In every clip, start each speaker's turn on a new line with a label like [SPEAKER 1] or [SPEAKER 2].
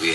[SPEAKER 1] we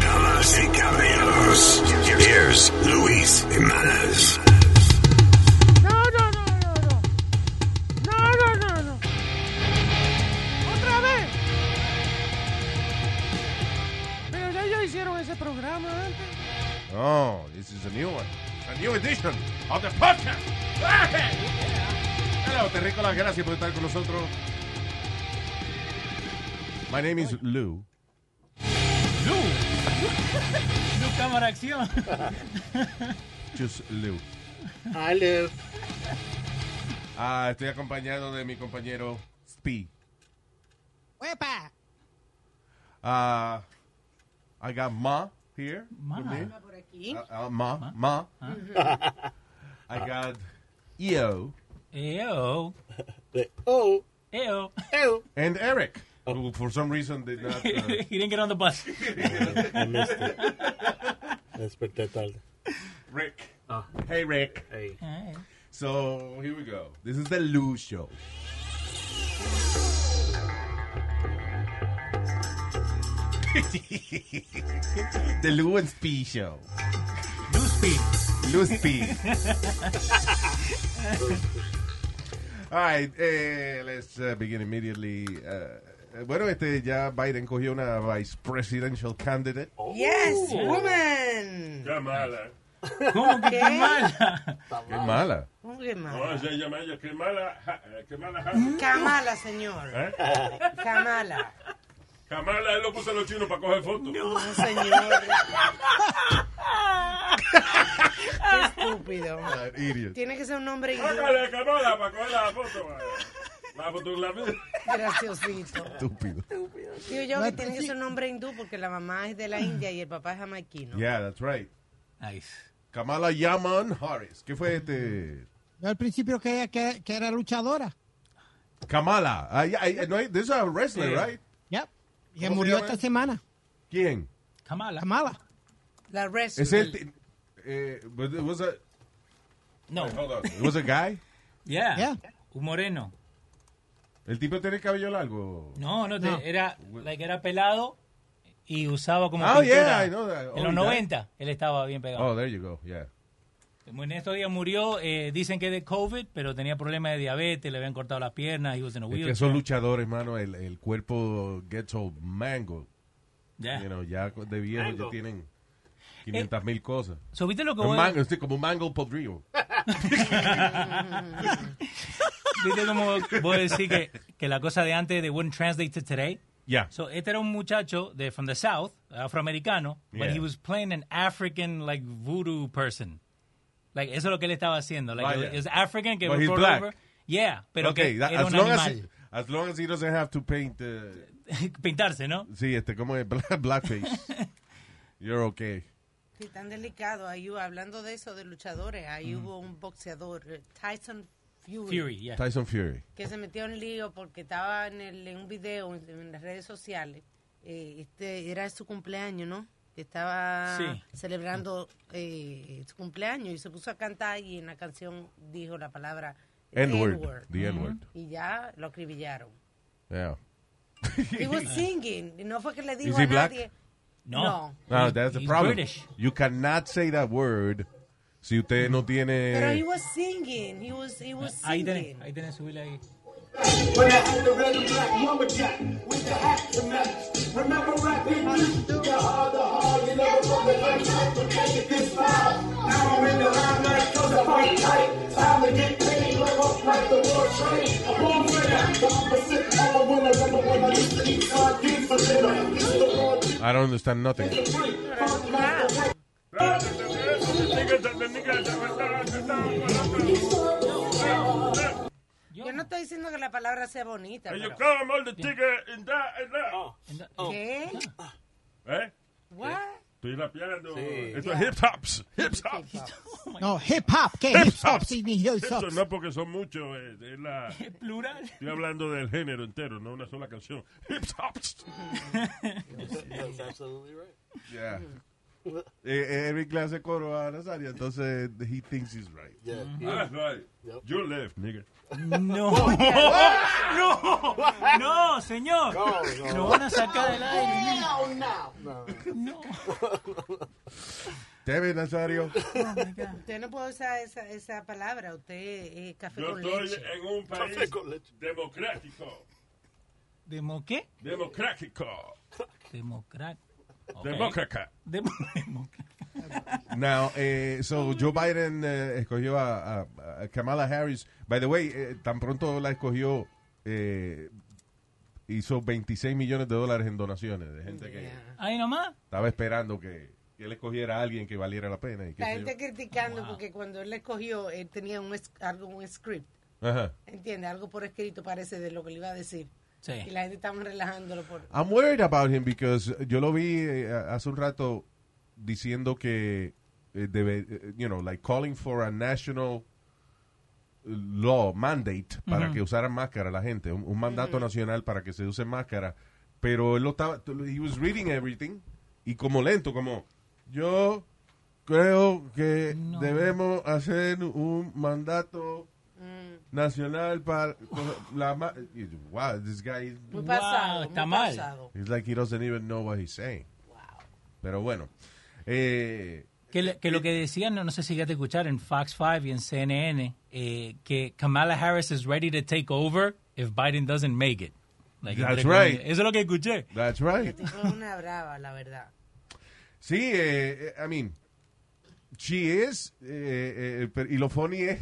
[SPEAKER 2] Damas y caballeros, here's Luis Jimenez.
[SPEAKER 3] No, no, no, no, no. No, no, no, no. Otra vez. Pero ya ellos hicieron ese programa antes.
[SPEAKER 4] Oh, this is a new one. It's a new edition of the podcast. Hello, Terrícolas. Gracias por estar con nosotros. My name is Lou.
[SPEAKER 5] Tu cámara acción.
[SPEAKER 4] Just Lou.
[SPEAKER 6] Hello.
[SPEAKER 4] Ah, estoy acompañado de mi compañero Spee.
[SPEAKER 7] ¡Huepa!
[SPEAKER 4] Ah, I got Ma here.
[SPEAKER 5] Ma.
[SPEAKER 4] with me.
[SPEAKER 7] Por aquí.
[SPEAKER 4] Uh, uh, ma. Ah. Ma. I got Io
[SPEAKER 5] Eo.
[SPEAKER 6] Oh,
[SPEAKER 5] Eo.
[SPEAKER 6] oh.
[SPEAKER 4] and Eric, who for some reason did not. uh,
[SPEAKER 5] He didn't get on the bus.
[SPEAKER 6] I missed it. Desperté tarde.
[SPEAKER 4] Rick. Hey, Rick.
[SPEAKER 6] Hey.
[SPEAKER 4] So here we go. This is the Lou Show. the Lou and Spee Show. Lou Spee. Lou Spee. All right, eh, let's uh, begin immediately. Uh, bueno, este ya Biden cogió una vice presidential candidate.
[SPEAKER 7] Yes, woman.
[SPEAKER 8] Oh, Qué mala.
[SPEAKER 5] ¿Cómo que qué mala?
[SPEAKER 4] Qué mala.
[SPEAKER 7] Qué mala.
[SPEAKER 8] No, se llama ella. Qué mala. ja- eh, Qué mala. ja-
[SPEAKER 7] Kamala, señor.
[SPEAKER 8] ¿Eh?
[SPEAKER 7] Kamala.
[SPEAKER 8] Kamala, él lo puso a los chinos para coger fotos.
[SPEAKER 7] No, señor. Qué estúpido.
[SPEAKER 4] That idiot.
[SPEAKER 7] Tiene que ser un nombre indio.
[SPEAKER 8] Sácale, Kamala, para coger la foto. ma. La fotografía.
[SPEAKER 7] graciosito.
[SPEAKER 4] Estúpido.
[SPEAKER 7] Digo yo que tiene que ser un nombre hindú porque la mamá es de la India y el papá es jamaiquino.
[SPEAKER 4] Yeah, that's right.
[SPEAKER 5] Nice.
[SPEAKER 4] Kamala Yaman Harris. ¿Qué fue este?
[SPEAKER 9] Yo al principio creía que, que era luchadora.
[SPEAKER 4] Kamala. Ah, yeah, I- I- no, this is a wrestler, right?
[SPEAKER 9] Yep. Que
[SPEAKER 4] ¿Cómo se
[SPEAKER 9] murió
[SPEAKER 4] llama?
[SPEAKER 9] esta semana.
[SPEAKER 4] ¿Quién?
[SPEAKER 5] Kamala.
[SPEAKER 9] Kamala.
[SPEAKER 7] La wrestler.
[SPEAKER 4] Es el. ti- Eh, but it was a,
[SPEAKER 5] No.
[SPEAKER 8] Hold on.
[SPEAKER 4] it was a guy.
[SPEAKER 5] Yeah.
[SPEAKER 9] Yeah.
[SPEAKER 5] Un moreno.
[SPEAKER 4] El tipo tiene cabello largo.
[SPEAKER 5] No, no, te- era like, era pelado y usaba como
[SPEAKER 4] Oh,
[SPEAKER 5] pintura.
[SPEAKER 4] yeah, I know that.
[SPEAKER 5] En
[SPEAKER 4] Oh, yeah.
[SPEAKER 5] los 90 él estaba bien pegado.
[SPEAKER 4] Oh, there you go. Yeah.
[SPEAKER 5] En estos días murió, eh, dicen que de COVID, pero tenía problemas de diabetes, le habían cortado las piernas, he was in a
[SPEAKER 4] Es
[SPEAKER 5] wheelchair.
[SPEAKER 4] que son luchadores, hermano. El, el cuerpo gets old mango.
[SPEAKER 5] Yeah.
[SPEAKER 4] You know, ya de viejo ya tienen 500 mil cosas.
[SPEAKER 5] So, ¿viste lo que
[SPEAKER 4] Un
[SPEAKER 5] voy
[SPEAKER 4] mango, sí, como un mango podrido.
[SPEAKER 5] ¿Viste cómo voy a decir que, que la cosa de antes de wouldn't translate to today?
[SPEAKER 4] Yeah.
[SPEAKER 5] So, este era un muchacho de from the south, afroamericano, but
[SPEAKER 4] Yeah.
[SPEAKER 5] he was playing an African like voodoo person. Like eso es lo que él estaba haciendo. Like
[SPEAKER 4] Vaya.
[SPEAKER 5] it was African que
[SPEAKER 4] But he's
[SPEAKER 5] brought
[SPEAKER 4] black.
[SPEAKER 5] over. Yeah, pero
[SPEAKER 4] okay,
[SPEAKER 5] que
[SPEAKER 4] that-
[SPEAKER 5] era
[SPEAKER 4] as
[SPEAKER 5] un
[SPEAKER 4] long as he,
[SPEAKER 5] animal.
[SPEAKER 4] as long as he doesn't have to paint. Uh,
[SPEAKER 5] Pintarse, ¿no?
[SPEAKER 4] Sí, este, ¿cómo es? Bla- Blackface. You're okay.
[SPEAKER 7] Sí, tan delicado. Ahí, hubo- hablando de eso, de luchadores, ahí hubo un boxeador, eh, Tyson Fury,
[SPEAKER 5] Fury, yeah.
[SPEAKER 4] Tyson Fury.
[SPEAKER 7] que se metió en lío porque estaba en, el- en un video en, en las redes sociales. Eh, este Era su cumpleaños, ¿no? Que estaba
[SPEAKER 5] Sí.
[SPEAKER 7] celebrando eh, su cumpleaños y se puso a cantar y en la canción dijo la palabra
[SPEAKER 4] N-word. The N-word.
[SPEAKER 7] Y ya lo acribillaron.
[SPEAKER 4] Yeah.
[SPEAKER 7] He was singing. y No fue que le dijo
[SPEAKER 4] he
[SPEAKER 7] a
[SPEAKER 4] black?
[SPEAKER 7] nadie.
[SPEAKER 5] No.
[SPEAKER 4] No,
[SPEAKER 5] He-
[SPEAKER 4] that's the
[SPEAKER 5] he's
[SPEAKER 4] problem.
[SPEAKER 5] British.
[SPEAKER 4] You cannot say that word si usted no
[SPEAKER 7] Pero he
[SPEAKER 4] tiene...
[SPEAKER 7] was singing. He was, he was
[SPEAKER 5] Ahí
[SPEAKER 7] singing.
[SPEAKER 5] tenés, ahí tenés subirle ahí.
[SPEAKER 4] I don't understand nothing.
[SPEAKER 7] Yo no estoy diciendo que la palabra sea bonita.
[SPEAKER 8] And you
[SPEAKER 7] pero-
[SPEAKER 8] come all the ticket in that, in that.
[SPEAKER 5] And that-
[SPEAKER 7] ¿Qué?
[SPEAKER 8] ¿Eh?
[SPEAKER 7] What?
[SPEAKER 8] Estoy rapeando.
[SPEAKER 6] Sí.
[SPEAKER 8] Esto es hip hops. Hip hops.
[SPEAKER 4] Oh
[SPEAKER 9] No, hip hop. ¿Qué
[SPEAKER 8] Hip
[SPEAKER 9] hip hop
[SPEAKER 8] hop.
[SPEAKER 9] significa hip
[SPEAKER 8] Eso
[SPEAKER 9] hop?
[SPEAKER 8] no porque son muchos. Es, es la,
[SPEAKER 5] Es plural.
[SPEAKER 8] estoy hablando del género entero, no una sola canción. Hip hops.
[SPEAKER 6] That's absolutely right.
[SPEAKER 4] Yeah. Eh, Eric le hace coro a Nazario, entonces he thinks he's right.
[SPEAKER 6] Yeah.
[SPEAKER 8] That's right.
[SPEAKER 6] Yep.
[SPEAKER 8] Ah, You left, nigga.
[SPEAKER 5] No. no. No, señor.
[SPEAKER 6] No,
[SPEAKER 5] Lo
[SPEAKER 6] no.
[SPEAKER 5] van a sacar del aire.
[SPEAKER 4] Debe, Nazario.
[SPEAKER 7] Usted no puede usar esa, esa palabra. Usted eh, café
[SPEAKER 8] Yo
[SPEAKER 7] con
[SPEAKER 8] estoy
[SPEAKER 7] leche.
[SPEAKER 8] en un
[SPEAKER 6] Café
[SPEAKER 8] país
[SPEAKER 6] con leche.
[SPEAKER 8] democrático.
[SPEAKER 5] ¿Demo qué?
[SPEAKER 8] Democrático.
[SPEAKER 5] Democrat. Ok.
[SPEAKER 8] Demócrata.
[SPEAKER 5] Demo- democrat.
[SPEAKER 4] Now, eh, so Joe Biden eh, escogió a, a- a Kamala Harris. By the way, eh, tan pronto la escogió, eh, hizo 26 millones de dólares en donaciones de gente que
[SPEAKER 7] Yeah.
[SPEAKER 5] Ahí nomás.
[SPEAKER 4] estaba esperando que, que él escogiera a alguien que valiera la pena. Y qué
[SPEAKER 7] La
[SPEAKER 4] sé
[SPEAKER 7] gente criticando porque cuando él la escogió, él tenía un, es- algo, un script.
[SPEAKER 4] yo. Ajá.
[SPEAKER 7] entiende Algo por escrito parece de lo que le iba a decir. Y
[SPEAKER 5] Sí.
[SPEAKER 7] la gente estaba relajándolo por...
[SPEAKER 4] I'm worried about him because yo lo vi eh, hace un rato diciendo que eh, debe, eh, you know, like calling for a national law mandate para que usaran máscara la gente, un, un mandato nacional para que se use máscara, pero él lo estaba he was reading everything y como lento como yo creo que
[SPEAKER 5] No.
[SPEAKER 4] debemos hacer un mandato nacional para la ma- wow, this guy is-
[SPEAKER 7] Muy
[SPEAKER 5] Wow,
[SPEAKER 7] pasado,
[SPEAKER 5] está
[SPEAKER 7] muy
[SPEAKER 5] mal.
[SPEAKER 7] pasado.
[SPEAKER 4] It's like he doesn't even know what he's saying. Pero bueno. Eh,
[SPEAKER 5] Que, le- que lo que decían, no, no sé si ya te escucharon en Fox 5 y en CNN, eh, que Kamala Harris is ready to take over if Biden doesn't make it. Like,
[SPEAKER 4] That's
[SPEAKER 5] entre comillas.
[SPEAKER 4] right.
[SPEAKER 5] Eso es lo que escuché.
[SPEAKER 4] that's right.
[SPEAKER 7] Fue una brava, la verdad.
[SPEAKER 4] Sí, eh, eh, I mean, she is. eh, eh, pero- y lo funny es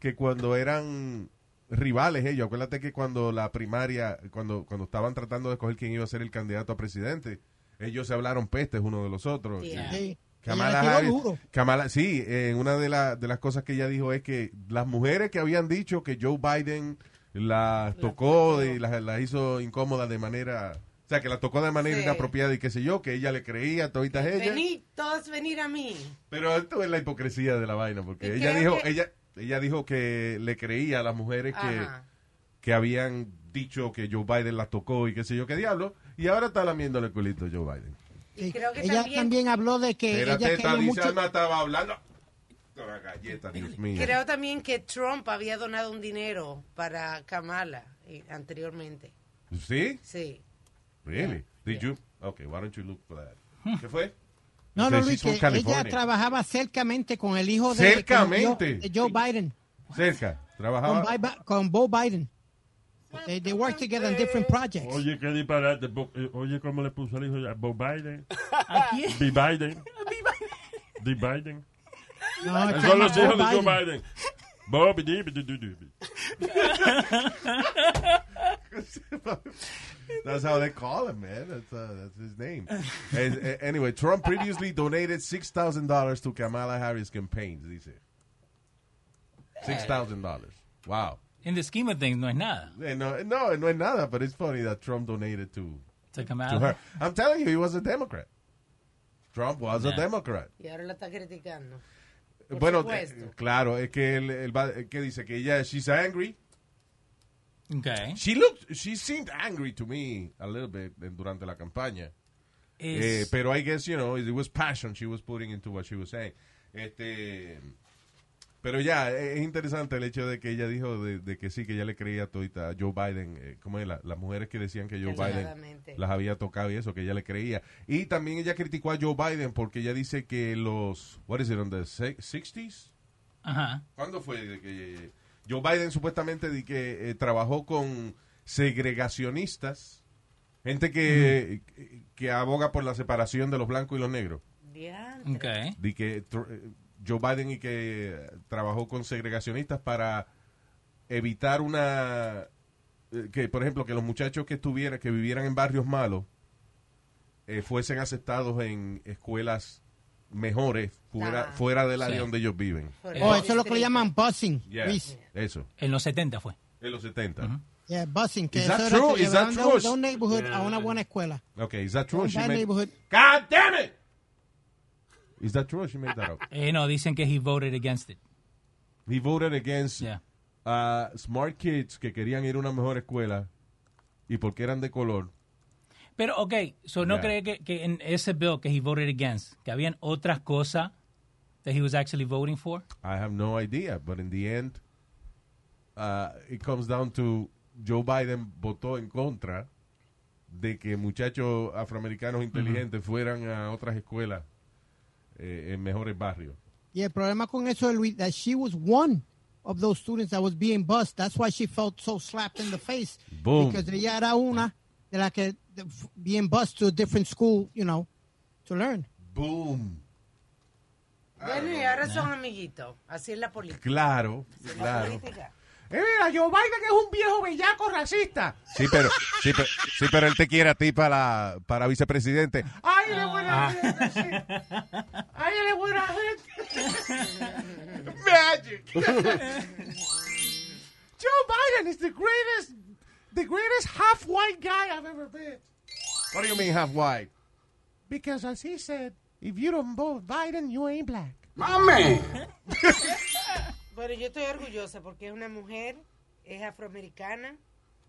[SPEAKER 4] que cuando eran rivales ellos, acuérdate que cuando la primaria, cuando, cuando estaban tratando de escoger quién iba a ser el candidato a presidente, ellos se hablaron pestes uno de los otros.
[SPEAKER 7] Yeah.
[SPEAKER 9] Sí.
[SPEAKER 4] Kamala
[SPEAKER 9] Ella le tiró
[SPEAKER 4] Harris-
[SPEAKER 9] duro.
[SPEAKER 4] Kamala- sí, eh, una de, la- de las cosas que ella dijo es que las mujeres que habían dicho que Joe Biden las tocó y las, las hizo incómodas de manera, o sea, que las tocó de manera
[SPEAKER 7] Sí.
[SPEAKER 4] inapropiada y qué sé yo, que ella le creía, toditas ellas.
[SPEAKER 7] Venid, todos venir a mí.
[SPEAKER 4] Pero esto es la hipocresía de la vaina, porque
[SPEAKER 7] Y
[SPEAKER 4] ella
[SPEAKER 7] creo
[SPEAKER 4] dijo,
[SPEAKER 7] que-
[SPEAKER 4] ella, ella dijo que le creía a las mujeres que,
[SPEAKER 7] Ajá.
[SPEAKER 4] que habían dicho que Joe Biden las tocó y qué sé yo, qué diablo, y ahora está lamiéndole el culito a Joe Biden.
[SPEAKER 9] Sí.
[SPEAKER 7] creo que
[SPEAKER 9] Ella
[SPEAKER 7] también-
[SPEAKER 9] también... habló de que
[SPEAKER 4] Espérate,
[SPEAKER 9] Eh, ella
[SPEAKER 4] esta
[SPEAKER 9] quería mucho.
[SPEAKER 4] Lizana estaba hablando. Una galleta, Dios mío.
[SPEAKER 7] Creo también que Trump había donado un dinero para Kamala eh, anteriormente.
[SPEAKER 4] ¿Sí?
[SPEAKER 7] Sí.
[SPEAKER 4] Really? Did you? Okay, why don't you look for that? ¿Qué fue?
[SPEAKER 9] No, no,
[SPEAKER 4] Because she's
[SPEAKER 9] Luis,
[SPEAKER 4] from
[SPEAKER 9] que ella
[SPEAKER 4] California.
[SPEAKER 9] trabajaba cercamente con el hijo de,
[SPEAKER 4] Cercamente. Ah.
[SPEAKER 9] de Joe Biden,
[SPEAKER 4] Cerca.
[SPEAKER 9] con,
[SPEAKER 4] Trabajaba.
[SPEAKER 9] Bi- con Bo Biden. They, they worked together on different projects.
[SPEAKER 8] Oye, qué disparate. Bo- eh, Oye, cómo le puso al hijo a Bo Biden.
[SPEAKER 5] ¿A quién?
[SPEAKER 8] B. Biden. D. Biden.
[SPEAKER 9] No,
[SPEAKER 8] Esos son los
[SPEAKER 9] Joe
[SPEAKER 8] hijos de Joe
[SPEAKER 9] Biden.
[SPEAKER 8] Biden. Bobby, di, di, di, di, di.
[SPEAKER 4] That's how they call him, man. That's, uh, that's his name. And, uh, anyway, Trump previously donated $6,000 to Kamala Harris campaigns, dice. $6,000. Wow.
[SPEAKER 5] In the scheme of things, no es nada.
[SPEAKER 4] Eh, No, no, no es nada, but it's funny that Trump donated to,
[SPEAKER 5] To
[SPEAKER 7] Ah.
[SPEAKER 4] to
[SPEAKER 5] Kamala.
[SPEAKER 4] her. I'm telling you, he was a Democrat. Trump was a
[SPEAKER 5] Yeah.
[SPEAKER 4] Democrat.
[SPEAKER 7] Y ahora la está criticando. Por
[SPEAKER 4] Bueno,
[SPEAKER 7] supuesto.
[SPEAKER 4] eh, claro, es que él, él va- eh, que dice que ella, she's angry.
[SPEAKER 5] Okay.
[SPEAKER 4] She looked, she seemed angry to me a little bit eh, durante la campaña. Eh,
[SPEAKER 5] Es-
[SPEAKER 4] pero I guess, you know, it was passion she was putting into what she was saying. Este, pero ya, eh, es interesante el hecho de que ella dijo de, de que sí, que ella le creía todita a Joe Biden, eh, ¿cómo es? La- las mujeres que decían que Joe Biden
[SPEAKER 7] Desgraciadamente.
[SPEAKER 4] las había tocado y eso, que ella le creía. Y también ella criticó a Joe Biden porque ella dice que los, what is it, on the se- 60s?
[SPEAKER 5] Ajá.
[SPEAKER 4] ¿Cuándo fue de que Joe Biden supuestamente di que eh, trabajó con segregacionistas, gente que, que aboga por la separación de los blancos y los negros?
[SPEAKER 7] Diantre.
[SPEAKER 5] Okay.
[SPEAKER 4] Di que tr- eh, Joe Biden y que eh, trabajó con segregacionistas para evitar una eh, que por ejemplo que los muchachos que estuvieran que vivieran en barrios malos eh, fuesen aceptados en escuelas mejores fuera
[SPEAKER 7] Ah.
[SPEAKER 4] fuera del área
[SPEAKER 5] Sí.
[SPEAKER 4] donde ellos viven.
[SPEAKER 7] Por
[SPEAKER 9] Oh,
[SPEAKER 7] el
[SPEAKER 9] eso es lo que le
[SPEAKER 7] distrito.
[SPEAKER 9] llaman buzzing,
[SPEAKER 4] Yeah,
[SPEAKER 9] Luis.
[SPEAKER 4] Eso.
[SPEAKER 5] En los 70 fue.
[SPEAKER 4] En los 70.
[SPEAKER 9] Yeah, buzzing. Que
[SPEAKER 4] Is
[SPEAKER 9] eso
[SPEAKER 4] that
[SPEAKER 9] era que
[SPEAKER 4] true? Is that
[SPEAKER 9] llevaban de
[SPEAKER 4] true?
[SPEAKER 9] un- De un neighborhood a una buena escuela.
[SPEAKER 4] Ok, is that true?
[SPEAKER 9] Un
[SPEAKER 4] She
[SPEAKER 9] bad
[SPEAKER 4] made-
[SPEAKER 9] neighborhood.
[SPEAKER 4] God damn it! Is that true or she made that up?
[SPEAKER 5] Eh, no, dicen que he voted against it.
[SPEAKER 4] He voted against
[SPEAKER 5] Yeah.
[SPEAKER 4] uh, smart kids que querían ir a una mejor escuela y porque eran de color.
[SPEAKER 5] Pero, ok, so no
[SPEAKER 4] Yeah.
[SPEAKER 5] cree que, que en ese bill que he voted against, que habían otras cosas that he was actually voting for?
[SPEAKER 4] I have no idea, but in the end, uh, it comes down to Joe Biden votó en contra de que muchachos afroamericanos inteligentes fueran a otras escuelas eh, en mejores barrios.
[SPEAKER 9] Y el problema con eso es, Luis, that she was one of those students that was being bused. That's why she felt so slapped in the face.
[SPEAKER 4] Boom.
[SPEAKER 9] Because ella era una de las que de- f- being bused to a different school, you know, to learn.
[SPEAKER 4] Boom.
[SPEAKER 7] Bueno, y ahora son amiguitos. Así es la política.
[SPEAKER 4] Claro, claro.
[SPEAKER 7] Política.
[SPEAKER 4] Eh, mira, Joe Biden es un viejo bellaco racista. Sí, pero, sí, pero, sí, pero él te quiere a ti para, para vicepresidente. Ay, él es buena gente. sí. Ay, él es buena gente. Magic. Joe Biden is the greatest, the greatest half white guy I've ever met. What do you mean half white? Because as he said, if you don't vote Biden, you ain't black.
[SPEAKER 7] Bueno, yo estoy orgullosa porque es una mujer, es afroamericana,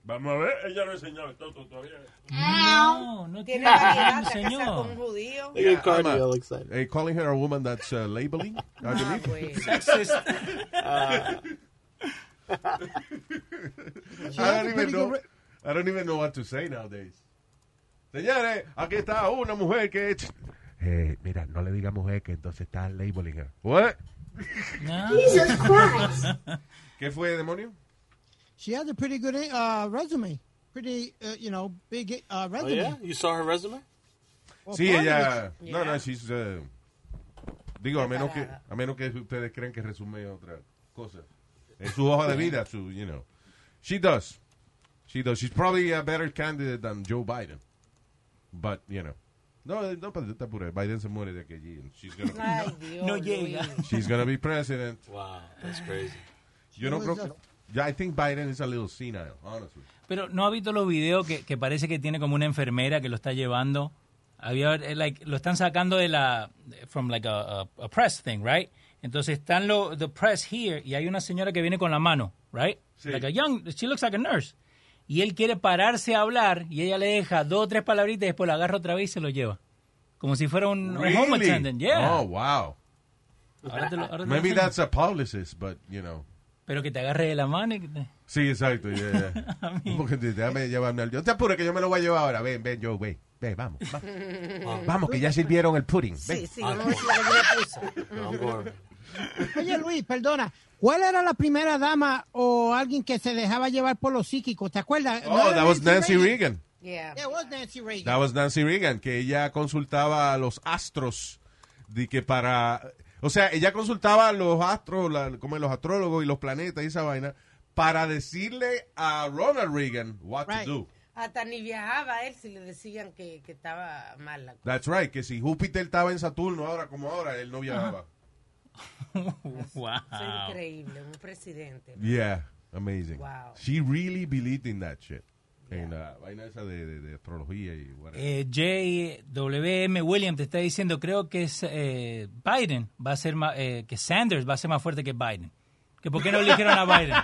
[SPEAKER 8] Vamos a ver, ella no ha enseñado el toto todavía.
[SPEAKER 5] No, no
[SPEAKER 7] tiene
[SPEAKER 5] tiene
[SPEAKER 9] Ah,
[SPEAKER 7] variedad,
[SPEAKER 5] razón,
[SPEAKER 7] está casada con un
[SPEAKER 5] señor.
[SPEAKER 7] judío.
[SPEAKER 6] They get
[SPEAKER 4] I'm
[SPEAKER 6] cardio
[SPEAKER 4] a-
[SPEAKER 6] excited.
[SPEAKER 4] Hey, calling her a woman that's uh, labeling, I
[SPEAKER 7] Ah,
[SPEAKER 4] believe.
[SPEAKER 7] pues.
[SPEAKER 4] I don't even know. I don't even know what to say nowadays. Señores, aquí está una mujer que es. Eh, mira, no le diga mujer que entonces está labeling her. What?
[SPEAKER 5] No.
[SPEAKER 4] ¿Qué fue, demonio?
[SPEAKER 9] She has a pretty good uh, resume. Pretty, uh, you know, big uh,
[SPEAKER 6] Oh,
[SPEAKER 9] resume.
[SPEAKER 6] yeah? You saw her resume?
[SPEAKER 5] Oh,
[SPEAKER 9] Well,
[SPEAKER 4] Sí,
[SPEAKER 9] part of
[SPEAKER 4] ella.
[SPEAKER 7] it.
[SPEAKER 4] No,
[SPEAKER 7] Yeah.
[SPEAKER 4] no, she's. uh, digo, a menos, que,
[SPEAKER 7] Preparada.
[SPEAKER 4] a menos que ustedes crean que resume otra cosa. Es su hoja de vida, su, you know. She does. She does. She's probably a better candidate than Joe Biden. But, you know. No, no, pero está pura. Biden se muere de aquelli. She's gonna be-
[SPEAKER 7] Ay, Dios.
[SPEAKER 5] no llega.
[SPEAKER 7] Luis.
[SPEAKER 4] She's gonna be president.
[SPEAKER 6] Wow, that's crazy.
[SPEAKER 4] Yo no
[SPEAKER 9] was
[SPEAKER 4] creo
[SPEAKER 9] a-
[SPEAKER 4] que... Yeah, I think Biden is a little senile, honestly.
[SPEAKER 5] Pero no ha visto los videos que, que parece que tiene como una enfermera que lo está llevando. Había, eh, like, lo están sacando de la from like a, a- a press thing, right? Entonces están los the press here y hay una señora que viene con la mano, right?
[SPEAKER 4] Sí.
[SPEAKER 5] Like a young, she looks like a nurse. Y él quiere pararse a hablar y ella le deja dos o tres palabritas y después lo agarra otra vez y se lo lleva. Como si fuera un, un home attendant, yeah.
[SPEAKER 4] Oh, wow.
[SPEAKER 5] Ahora te lo- ahora te lo
[SPEAKER 4] Maybe
[SPEAKER 5] enseño.
[SPEAKER 4] that's a publicist, but, you know...
[SPEAKER 5] Pero que te agarre de la mano y que te...
[SPEAKER 4] Sí, exacto. yeah, yeah. Porque te- déjame llevarme al... Yo te apuro que yo me lo voy a llevar ahora. Ven, ven, yo, güey. Ven, vamos, va. Ah, Vamos, que ya sirvieron el pudding. Ven.
[SPEAKER 7] Sí, sí,
[SPEAKER 9] Ah,
[SPEAKER 7] vamos a ver si la gallina puso.
[SPEAKER 6] No, I'm going.
[SPEAKER 9] it. Oye, Luis, perdona. ¿Cuál era la primera dama o alguien que se dejaba llevar por los psíquicos? ¿Te acuerdas? ¿No
[SPEAKER 4] Oh,
[SPEAKER 9] era
[SPEAKER 4] that was Nancy Reagan.
[SPEAKER 7] Yeah.
[SPEAKER 9] Yeah, it was Nancy Reagan.
[SPEAKER 4] That was Nancy Reagan, que ella consultaba a los astros de que para... O sea, ella consultaba a los astros, la- como los astrólogos y los planetas y esa vaina, para decirle a Ronald Reagan what
[SPEAKER 9] Right.
[SPEAKER 4] to do.
[SPEAKER 7] Hasta ni viajaba él si le decían que, que estaba mal la cosa.
[SPEAKER 4] That's right, que si Júpiter estaba en Saturno ahora como ahora, él no viajaba.
[SPEAKER 5] Wow.
[SPEAKER 7] Eso es increíble, un presidente.
[SPEAKER 4] Yeah, amazing.
[SPEAKER 7] Wow.
[SPEAKER 4] She really believed in that shit. En la vaina esa de, de- de astrología y whatever.
[SPEAKER 5] Eh, JWM Williams te está diciendo, creo que es eh, Biden va a ser más, eh, que Sanders va a ser más fuerte que Biden. Que ¿Por qué no eligieron a Biden?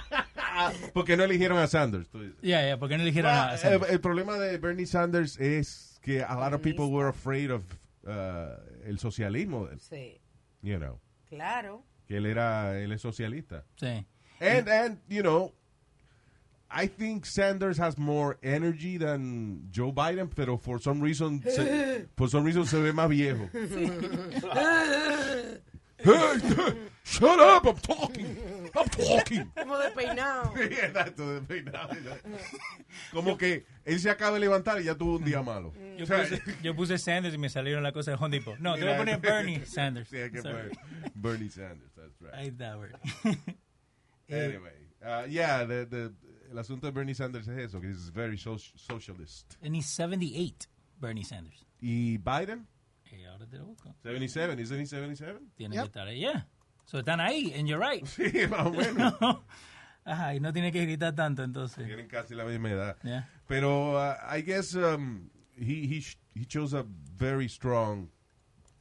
[SPEAKER 4] Porque no eligieron a Sanders. tú dices.
[SPEAKER 5] Ya, ya, ¿por qué no eligieron Eh. a
[SPEAKER 4] Well, el,
[SPEAKER 5] Sanders?
[SPEAKER 4] el problema de Bernie Sanders es que a lot of people were afraid of uh, el socialismo,
[SPEAKER 7] Sí,
[SPEAKER 4] you know,
[SPEAKER 7] claro.
[SPEAKER 4] que él era él es socialista.
[SPEAKER 5] Sí.
[SPEAKER 4] And and you know, I think Sanders has more energy than Joe Biden, pero for some reason, se, for some reason se ve más viejo. hey, shut up! I'm talking. I'm talking.
[SPEAKER 7] Como de peinado.
[SPEAKER 4] Exacto, de peinado, ya. Como que él se acaba de levantar y ya tuvo un día malo.
[SPEAKER 5] Yo
[SPEAKER 4] O sea,
[SPEAKER 5] puse, yo puse Sanders y me salieron la cosa de Home Depot. No, te voy a poner Bernie Sanders.
[SPEAKER 4] Sí, hay que
[SPEAKER 5] Sorry.
[SPEAKER 4] poner Bernie Sanders, that's right.
[SPEAKER 5] Ahí está, Bernie.
[SPEAKER 4] Anyway, uh, yeah, the, the, el asunto de Bernie Sanders es eso, que es very soc- socialist.
[SPEAKER 5] And he's 78, Bernie Sanders.
[SPEAKER 4] ¿Y Biden?
[SPEAKER 5] Eh, ahora te lo busco.
[SPEAKER 4] 77, isn't he 77?
[SPEAKER 5] Tiene
[SPEAKER 9] Yep.
[SPEAKER 5] que estar ahí, yeah. So están ahí, and you're right.
[SPEAKER 4] Sí, más o menos.
[SPEAKER 5] Ajá, y no tiene que gritar tanto entonces.
[SPEAKER 4] Tienen casi la misma edad.
[SPEAKER 5] Yeah.
[SPEAKER 4] Pero uh, I guess um, he, he, sh- he chose a very strong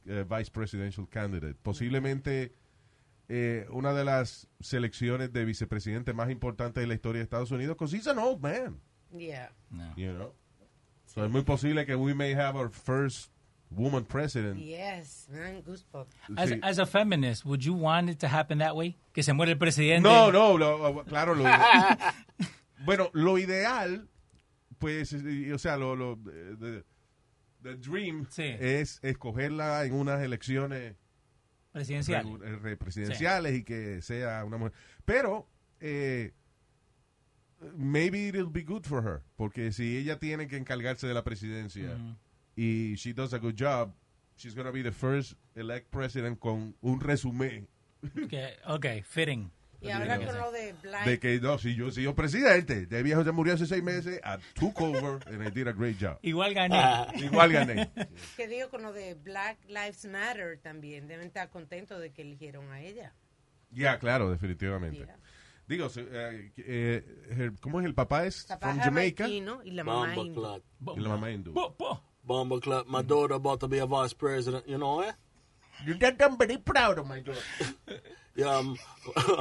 [SPEAKER 4] eh, vice presidential candidate. Posiblemente eh, una de las selecciones de vicepresidente más importantes de la historia de Estados Unidos, because he's an old man,
[SPEAKER 7] Yeah.
[SPEAKER 4] you know. So es muy posible que we may have our first woman president.
[SPEAKER 7] Yes, man, goosebumps.
[SPEAKER 5] As,
[SPEAKER 4] Sí.
[SPEAKER 5] as a feminist, would you want it to happen that way? Que se muere el presidente.
[SPEAKER 4] No, no, lo- claro, lo ide- bueno, lo ideal, pues, y- o sea, lo, lo- the, the dream
[SPEAKER 5] Sí.
[SPEAKER 4] es escogerla en unas elecciones
[SPEAKER 5] Presidencial.
[SPEAKER 4] regu- eh, re- presidenciales y que sea una mujer. Pero, eh, maybe it'll be good for her, porque si ella tiene que encargarse de la presidencia y she does a good job, she's gonna be the first elect president con un resumen
[SPEAKER 5] Que- ok, fitting.
[SPEAKER 7] Y ahora con lo de Black.
[SPEAKER 4] de que no, si yo soy presidente, de viejo ya murió hace seis meses, I took over and I did a great job.
[SPEAKER 5] Igual gané.
[SPEAKER 4] Igual gané.
[SPEAKER 7] Que digo con lo de Black Lives Matter también. Deben estar contentos de que eligieron a ella.
[SPEAKER 4] Ya, claro, definitivamente.
[SPEAKER 7] Yeah.
[SPEAKER 4] Digo, se- eh, eh, her- ¿cómo es el papá? Es
[SPEAKER 7] Papá
[SPEAKER 4] from Jamaica y
[SPEAKER 7] jamaiquino y la mamá
[SPEAKER 6] Bomba
[SPEAKER 7] india.
[SPEAKER 6] club.
[SPEAKER 4] la mamá hindú.
[SPEAKER 5] Po, po.
[SPEAKER 6] Bomba club. My daughter about to be a vice president. You know eh? what?
[SPEAKER 4] You got them very proud of my daughter.
[SPEAKER 6] Yeah, um,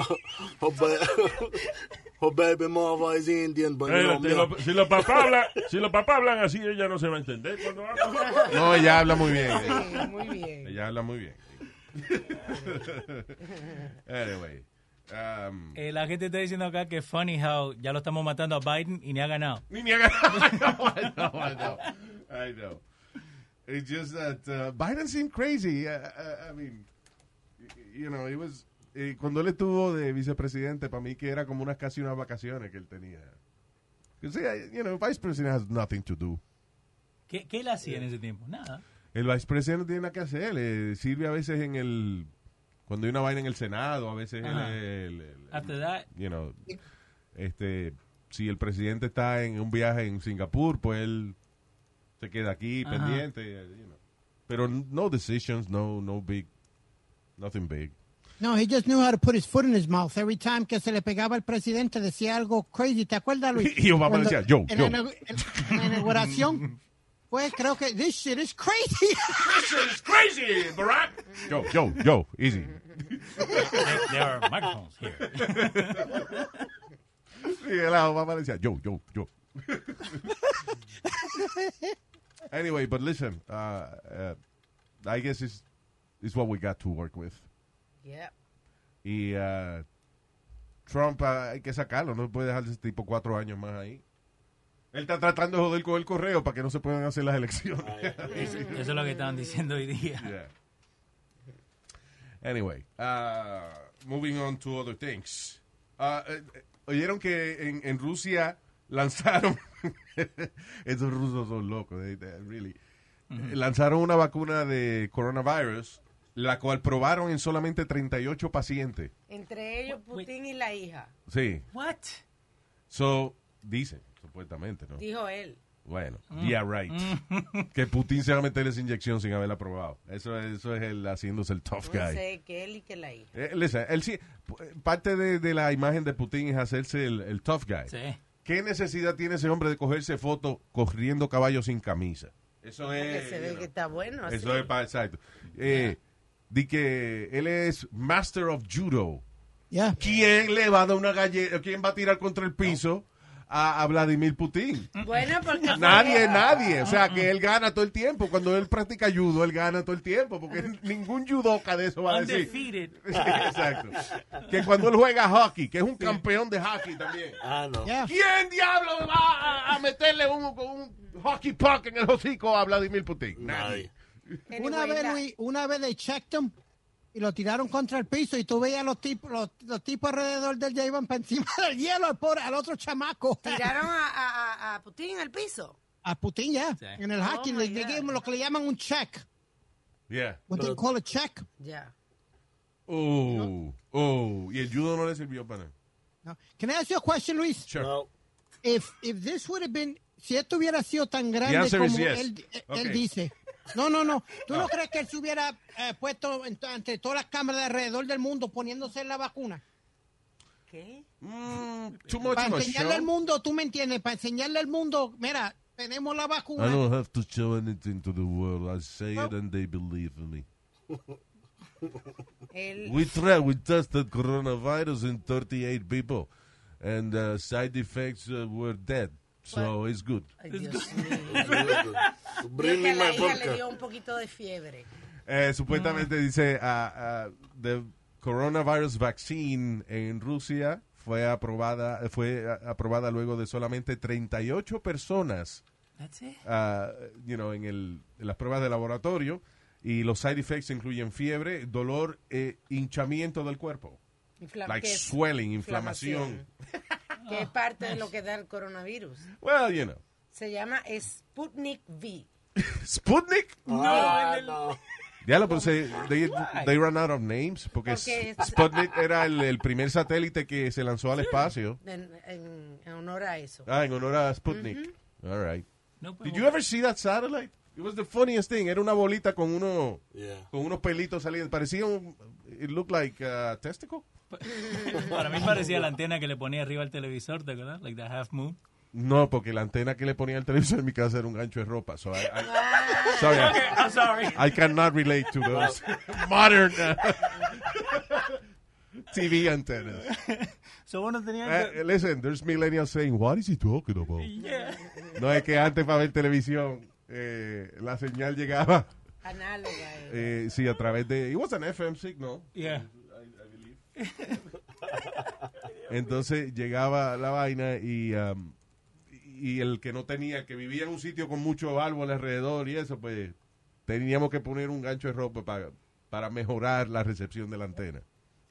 [SPEAKER 6] her, ba- her baby mama is Indian, but you know,
[SPEAKER 8] Espérate,
[SPEAKER 6] me-
[SPEAKER 8] lo- si los papás hablan, si los papás hablan así, ella no se va a entender cuando habla.
[SPEAKER 4] No, ella habla muy bien.
[SPEAKER 7] Sí, muy bien.
[SPEAKER 4] Ella habla muy bien. anyway. um,
[SPEAKER 5] Eh, la gente está diciendo acá que funny how ya lo estamos matando a Biden y ni ha ganado.
[SPEAKER 4] Ni me haga- I know, I know, I know. I know. It's just that uh, Biden seemed crazy. I, I, I mean, y- you know, it was. eh, cuando él estuvo de vicepresidente, para mí que era como unas casi unas vacaciones que él tenía. You see, I- you know, vice president has nothing to do.
[SPEAKER 5] ¿Qué, qué él hacía en ese tiempo? Nada.
[SPEAKER 4] El vicepresidente no tiene nada que hacer. eh, sirve a veces en el. Cuando hay una vaina en el Senado, a veces
[SPEAKER 5] Ajá.
[SPEAKER 4] él, él- él-
[SPEAKER 5] After that,
[SPEAKER 4] you know, este, si el presidente está en un viaje en Singapur, pues él se queda aquí
[SPEAKER 5] Ajá.
[SPEAKER 4] pendiente, you know. Pero no decisions, no, no big, nothing big.
[SPEAKER 9] No, he just knew how to put his foot in his mouth. Every time que se le pegaba al presidente decía algo crazy. ¿Te acuerdas, Luis?
[SPEAKER 4] Y Obama
[SPEAKER 9] Cuando-
[SPEAKER 4] decía, yo,
[SPEAKER 9] en
[SPEAKER 4] yo.
[SPEAKER 9] La, inau- en la inauguración. Pues creo que this shit is crazy.
[SPEAKER 8] It's crazy, Barack.
[SPEAKER 4] Yo, yo, yo, easy.
[SPEAKER 5] there there are microphones here.
[SPEAKER 4] Y el Obama decía, yo, yo, yo. anyway, but listen, uh, uh, I guess it's, it's what we got to work with.
[SPEAKER 7] Yeah.
[SPEAKER 4] Y uh, Trump ah, hay que sacarlo, no puede dejar ese tipo cuatro años más ahí. Él está tratando de joder con el correo para que no se puedan hacer las elecciones.
[SPEAKER 5] Eso es lo que estaban diciendo hoy día.
[SPEAKER 4] Yeah. Anyway, ah, moving on to other things. Ah, eh, eh, Oyeron que en, en Rusia lanzaron. Esos rusos son locos, they- they- really. Eh, Lanzaron una vacuna de coronavirus, la cual probaron en solamente 38 pacientes.
[SPEAKER 7] Entre ellos Putin y la hija,
[SPEAKER 4] Sí.
[SPEAKER 5] What?
[SPEAKER 4] So, dicen, supuestamente, ¿no?
[SPEAKER 7] dijo él.
[SPEAKER 4] Bueno,
[SPEAKER 7] Mm.
[SPEAKER 4] yeah right. que Putin se va a meter esa inyección sin haberla probado. Eso, eso es el haciéndose el tough
[SPEAKER 7] No
[SPEAKER 4] guy.
[SPEAKER 7] sé, que él y que la hija.
[SPEAKER 4] Eh, listen, él sí, p- parte de, de la imagen de Putin es hacerse el, el tough guy.
[SPEAKER 5] Sí.
[SPEAKER 4] ¿Qué necesidad tiene ese hombre de cogerse foto corriendo caballo sin camisa? Eso
[SPEAKER 7] Que
[SPEAKER 4] es...
[SPEAKER 7] se ve que está bueno. así.
[SPEAKER 4] Eso es para... Exacto. Eh, Di que él es Master of Judo.
[SPEAKER 9] Yeah.
[SPEAKER 4] ¿Quién le va a dar una galleta? ¿Quién va a tirar contra el piso a, a Vladimir Putin?
[SPEAKER 7] Bueno, porque fue-
[SPEAKER 4] Nadie, nadie. O sea, que él gana todo el tiempo. Cuando él practica judo, él gana todo el tiempo. Porque ningún judoka de eso va a decir. Ah, Sí,
[SPEAKER 5] Undefeated.
[SPEAKER 4] exacto. Que cuando él juega hockey, que es un campeón de hockey también.
[SPEAKER 6] I know.
[SPEAKER 9] Yeah.
[SPEAKER 4] ¿Quién diablo va a, a meterle un, un hockey puck en el hocico a Vladimir Putin? Nadie.
[SPEAKER 6] Nadie.
[SPEAKER 7] Anyway,
[SPEAKER 9] Una vez,
[SPEAKER 7] la-
[SPEAKER 9] Luis, una vez they checked him y lo tiraron contra el piso y tú veías los tipos, los, los tipos alrededor del ya iban para encima del hielo al pobre, al otro chamaco.
[SPEAKER 7] Tiraron a, a- a- a Putin al piso.
[SPEAKER 9] A Putin, ya.
[SPEAKER 5] Sí.
[SPEAKER 9] En el hockey,
[SPEAKER 7] Oh my
[SPEAKER 9] le le
[SPEAKER 7] God.
[SPEAKER 9] dieron lo que le llaman un check.
[SPEAKER 4] Yeah.
[SPEAKER 9] What they call a check.
[SPEAKER 7] Ya.
[SPEAKER 4] Oh, oh. Y el judo no le sirvió para nada.
[SPEAKER 9] No. Can I ask you a question, Luis?
[SPEAKER 4] Sure.
[SPEAKER 6] No.
[SPEAKER 9] If, if this would have been, si esto hubiera sido tan grande
[SPEAKER 4] answer
[SPEAKER 9] como
[SPEAKER 4] is yes.
[SPEAKER 9] él, él
[SPEAKER 4] Okay.
[SPEAKER 9] dice. No, no, no. ¿Tú no, crees que él se hubiera eh, puesto en- ante todas las cámaras de alrededor del mundo poniéndose la vacuna?
[SPEAKER 7] ¿Qué?
[SPEAKER 4] Mm, too much
[SPEAKER 9] Para
[SPEAKER 4] of a
[SPEAKER 9] enseñarle al
[SPEAKER 4] show.
[SPEAKER 9] mundo, tú me entiendes, para enseñarle al mundo, mira, tenemos la
[SPEAKER 4] I
[SPEAKER 9] vacuna.
[SPEAKER 4] Ah, don't have to show anything to the world. I say it and they believe in me.
[SPEAKER 7] Él,
[SPEAKER 4] We tried, we tested coronavirus in 38 people, and uh, side effects uh, were dead. So it's good.
[SPEAKER 7] ay, Dios mío.
[SPEAKER 6] Bring
[SPEAKER 7] Y es
[SPEAKER 6] me
[SPEAKER 7] que a
[SPEAKER 6] my
[SPEAKER 7] la hija le
[SPEAKER 6] vodka.
[SPEAKER 7] dio un poquito de fiebre.
[SPEAKER 4] Eh, supuestamente dice, ah, ah, the coronavirus vaccine en Rusia fue aprobada, fue ah, aprobada luego de solamente 38 personas
[SPEAKER 5] That's it.
[SPEAKER 4] ah, you know, en, el- en las pruebas de laboratorio y los side effects incluyen fiebre, dolor, e hinchamiento del cuerpo,
[SPEAKER 7] Infla-
[SPEAKER 4] like
[SPEAKER 7] que-
[SPEAKER 4] swelling, inflamación.
[SPEAKER 7] Que es parte de lo que da el coronavirus.
[SPEAKER 4] Well, you know,
[SPEAKER 7] Se llama Sputnik V.
[SPEAKER 4] Sputnik.
[SPEAKER 6] Ah, no.
[SPEAKER 4] Ya lo puse, they, they ran out of names
[SPEAKER 7] Porque
[SPEAKER 4] porque, S-
[SPEAKER 7] es-
[SPEAKER 4] Sputnik era el, el primer satélite que se lanzó al espacio.
[SPEAKER 7] En, en- en honor a eso.
[SPEAKER 4] Ah, en honor a Sputnik. All right.
[SPEAKER 5] No puedo-
[SPEAKER 4] Did you ever see that satellite? It was the funniest thing. Era una bolita con uno
[SPEAKER 6] Yeah.
[SPEAKER 4] con unos pelitos saliendo. Parecía un it looked like a testicle.
[SPEAKER 5] Para mí parecía la antena que le ponía arriba al televisor, ¿te acuerdas? Like the half moon.
[SPEAKER 4] No, porque la antena que le ponía al televisor en mi casa era un gancho de ropa. So I, I- sorry, I-
[SPEAKER 5] I'm sorry.
[SPEAKER 4] I cannot relate to those modern uh, TV antennas.
[SPEAKER 5] So uno tenía
[SPEAKER 4] Eh,
[SPEAKER 5] que...
[SPEAKER 4] listen, there's millennials saying, what is he talking about?
[SPEAKER 5] Yeah.
[SPEAKER 4] No, es que antes para ver televisión eh, la señal llegaba,
[SPEAKER 7] Análoga. a él.
[SPEAKER 4] eh, sí, a través de... It was an FM signal.
[SPEAKER 5] Yeah.
[SPEAKER 4] Entonces llegaba la vaina y, um, y el que no tenía, que vivía en un sitio con muchos árboles alrededor y eso, pues teníamos que poner un gancho de ropa para, para mejorar la recepción de la antena.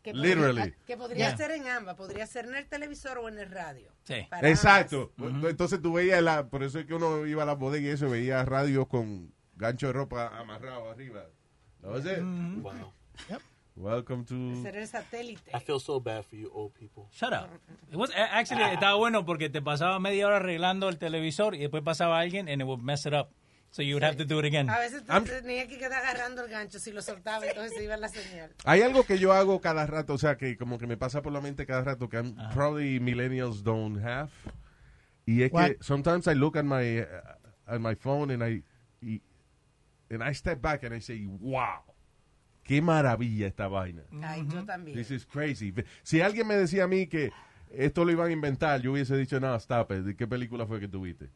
[SPEAKER 7] Que
[SPEAKER 4] Literally.
[SPEAKER 7] Podría, que podría
[SPEAKER 5] Yeah.
[SPEAKER 7] ser en ambas. Podría ser en el televisor o en el radio.
[SPEAKER 5] Sí.
[SPEAKER 7] Para
[SPEAKER 4] Exacto. Pues, Entonces tú veías, la, por eso es que uno iba a la bodega y eso, veía radios con gancho de ropa amarrado arriba. That was it.
[SPEAKER 6] Wow.
[SPEAKER 4] Welcome
[SPEAKER 7] ambas.
[SPEAKER 4] to...
[SPEAKER 7] Ser el satélite.
[SPEAKER 6] I feel so bad for you old people.
[SPEAKER 5] Shut up. It was, a- actually, estaba bueno porque te pasaba media hora arreglando el televisor y después pasaba alguien and it would mess it up. So you would have to do it again.
[SPEAKER 7] A veces te
[SPEAKER 4] I'm-
[SPEAKER 7] tenía que quedar agarrando el gancho. Si lo soltaba, entonces se iba la señal.
[SPEAKER 4] Hay algo que yo hago cada rato, o sea, que como que me pasa por la mente cada rato que I'm- probably millennials don't have. Y es
[SPEAKER 9] What?
[SPEAKER 4] que sometimes I look at my uh, at my phone and I y- and I step back and I say, "Wow. Qué maravilla esta vaina.
[SPEAKER 7] Ay, yo también.
[SPEAKER 4] This is crazy." Si alguien me decía a mí que esto lo iban a inventar, yo hubiese dicho, "No, stop it. ¿De qué película fue que tuviste?"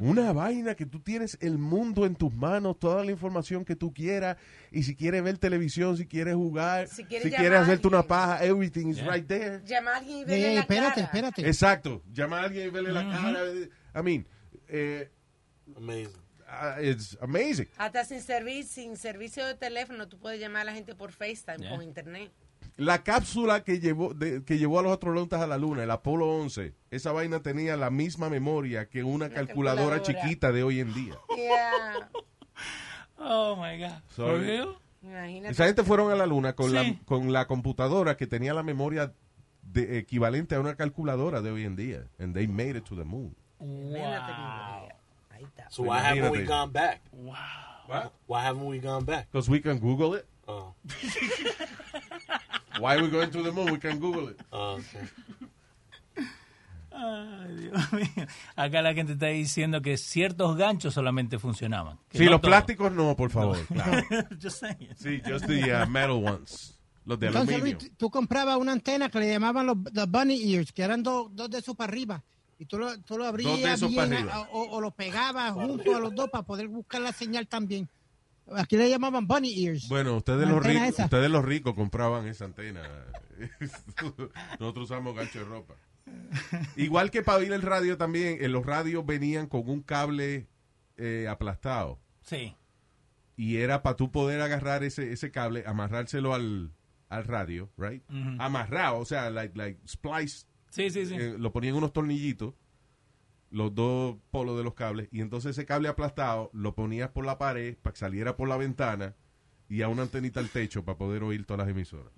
[SPEAKER 4] Una vaina que tú tienes el mundo en tus manos, toda la información que tú quieras, y si quieres ver televisión, si quieres jugar, si
[SPEAKER 7] Si
[SPEAKER 4] quieres,
[SPEAKER 7] quieres llamar a
[SPEAKER 4] hacerte una
[SPEAKER 7] alguien.
[SPEAKER 4] paja, everything is right there.
[SPEAKER 7] Llama a alguien y verle
[SPEAKER 9] Ey,
[SPEAKER 7] la
[SPEAKER 9] Eh, espérate,
[SPEAKER 7] cara.
[SPEAKER 9] espérate.
[SPEAKER 4] Exacto, llama a alguien y verle la cara. I mean, eh,
[SPEAKER 6] Amazing.
[SPEAKER 4] ah, it's amazing.
[SPEAKER 7] Hasta sin, servi- sin servicio de teléfono, tú puedes llamar a la gente por FaceTime
[SPEAKER 5] Yeah.
[SPEAKER 7] con internet.
[SPEAKER 4] La cápsula que llevó, de- que llevó a los astronautas a la Luna, el Apolo 11, esa vaina tenía la misma memoria que una calculadora
[SPEAKER 7] calculadora.
[SPEAKER 4] chiquita de hoy en día.
[SPEAKER 7] Yeah.
[SPEAKER 5] Oh, my God. ¿For
[SPEAKER 4] Sorry.
[SPEAKER 5] real?
[SPEAKER 7] Imagínate.
[SPEAKER 4] Esa gente fueron a la luna con,
[SPEAKER 5] Sí.
[SPEAKER 4] la, con la computadora que tenía la memoria de- equivalente a una calculadora de hoy en día. And they made it to the moon.
[SPEAKER 7] Imagínate, mi vida. Ahí está.
[SPEAKER 6] So why haven't we
[SPEAKER 4] Imagínate.
[SPEAKER 6] gone back?
[SPEAKER 4] What?
[SPEAKER 6] Why haven't we gone back?
[SPEAKER 4] Because we can Google it.
[SPEAKER 6] Oh,
[SPEAKER 4] Why we going to the moon? We can Google it.
[SPEAKER 6] oh, okay.
[SPEAKER 5] Ay, Dios mío. Acá la gente está diciendo que ciertos ganchos solamente funcionaban. Que
[SPEAKER 4] Sí,
[SPEAKER 5] no
[SPEAKER 4] los
[SPEAKER 5] todos.
[SPEAKER 4] plásticos no, por favor. Claro.
[SPEAKER 5] Just saying.
[SPEAKER 4] Sí, just the uh, metal ones. Los de
[SPEAKER 9] Entonces,
[SPEAKER 4] aluminio.
[SPEAKER 9] Luis, tú- tú comprabas una antena que le llamaban los, los bunny ears, que eran dos dos de esos para arriba. Y tú lo, tú lo abrías
[SPEAKER 4] esos
[SPEAKER 9] bien,
[SPEAKER 4] para arriba.
[SPEAKER 9] a- o, o lo pegabas junto a los dos para poder buscar la señal también. Aquí le llamaban bunny ears.
[SPEAKER 4] Bueno, ustedes
[SPEAKER 9] La
[SPEAKER 4] los,
[SPEAKER 9] antena
[SPEAKER 4] ricos,
[SPEAKER 9] esa.
[SPEAKER 4] ustedes los ricos compraban esa antena. Nosotros usamos gancho de ropa. Igual que para oír el radio también, eh, los radios venían con un cable eh, aplastado.
[SPEAKER 5] Sí.
[SPEAKER 4] y era para tú poder agarrar ese, ese cable, amarrárselo al, al radio, right? Amarrado, o sea, like, like splice,
[SPEAKER 5] Sí, sí, sí.
[SPEAKER 4] eh, lo ponían unos tornillitos, los dos polos de los cables, y entonces ese cable aplastado lo ponías por la pared para que saliera por la ventana y a una antenita al techo para poder oír todas las emisoras.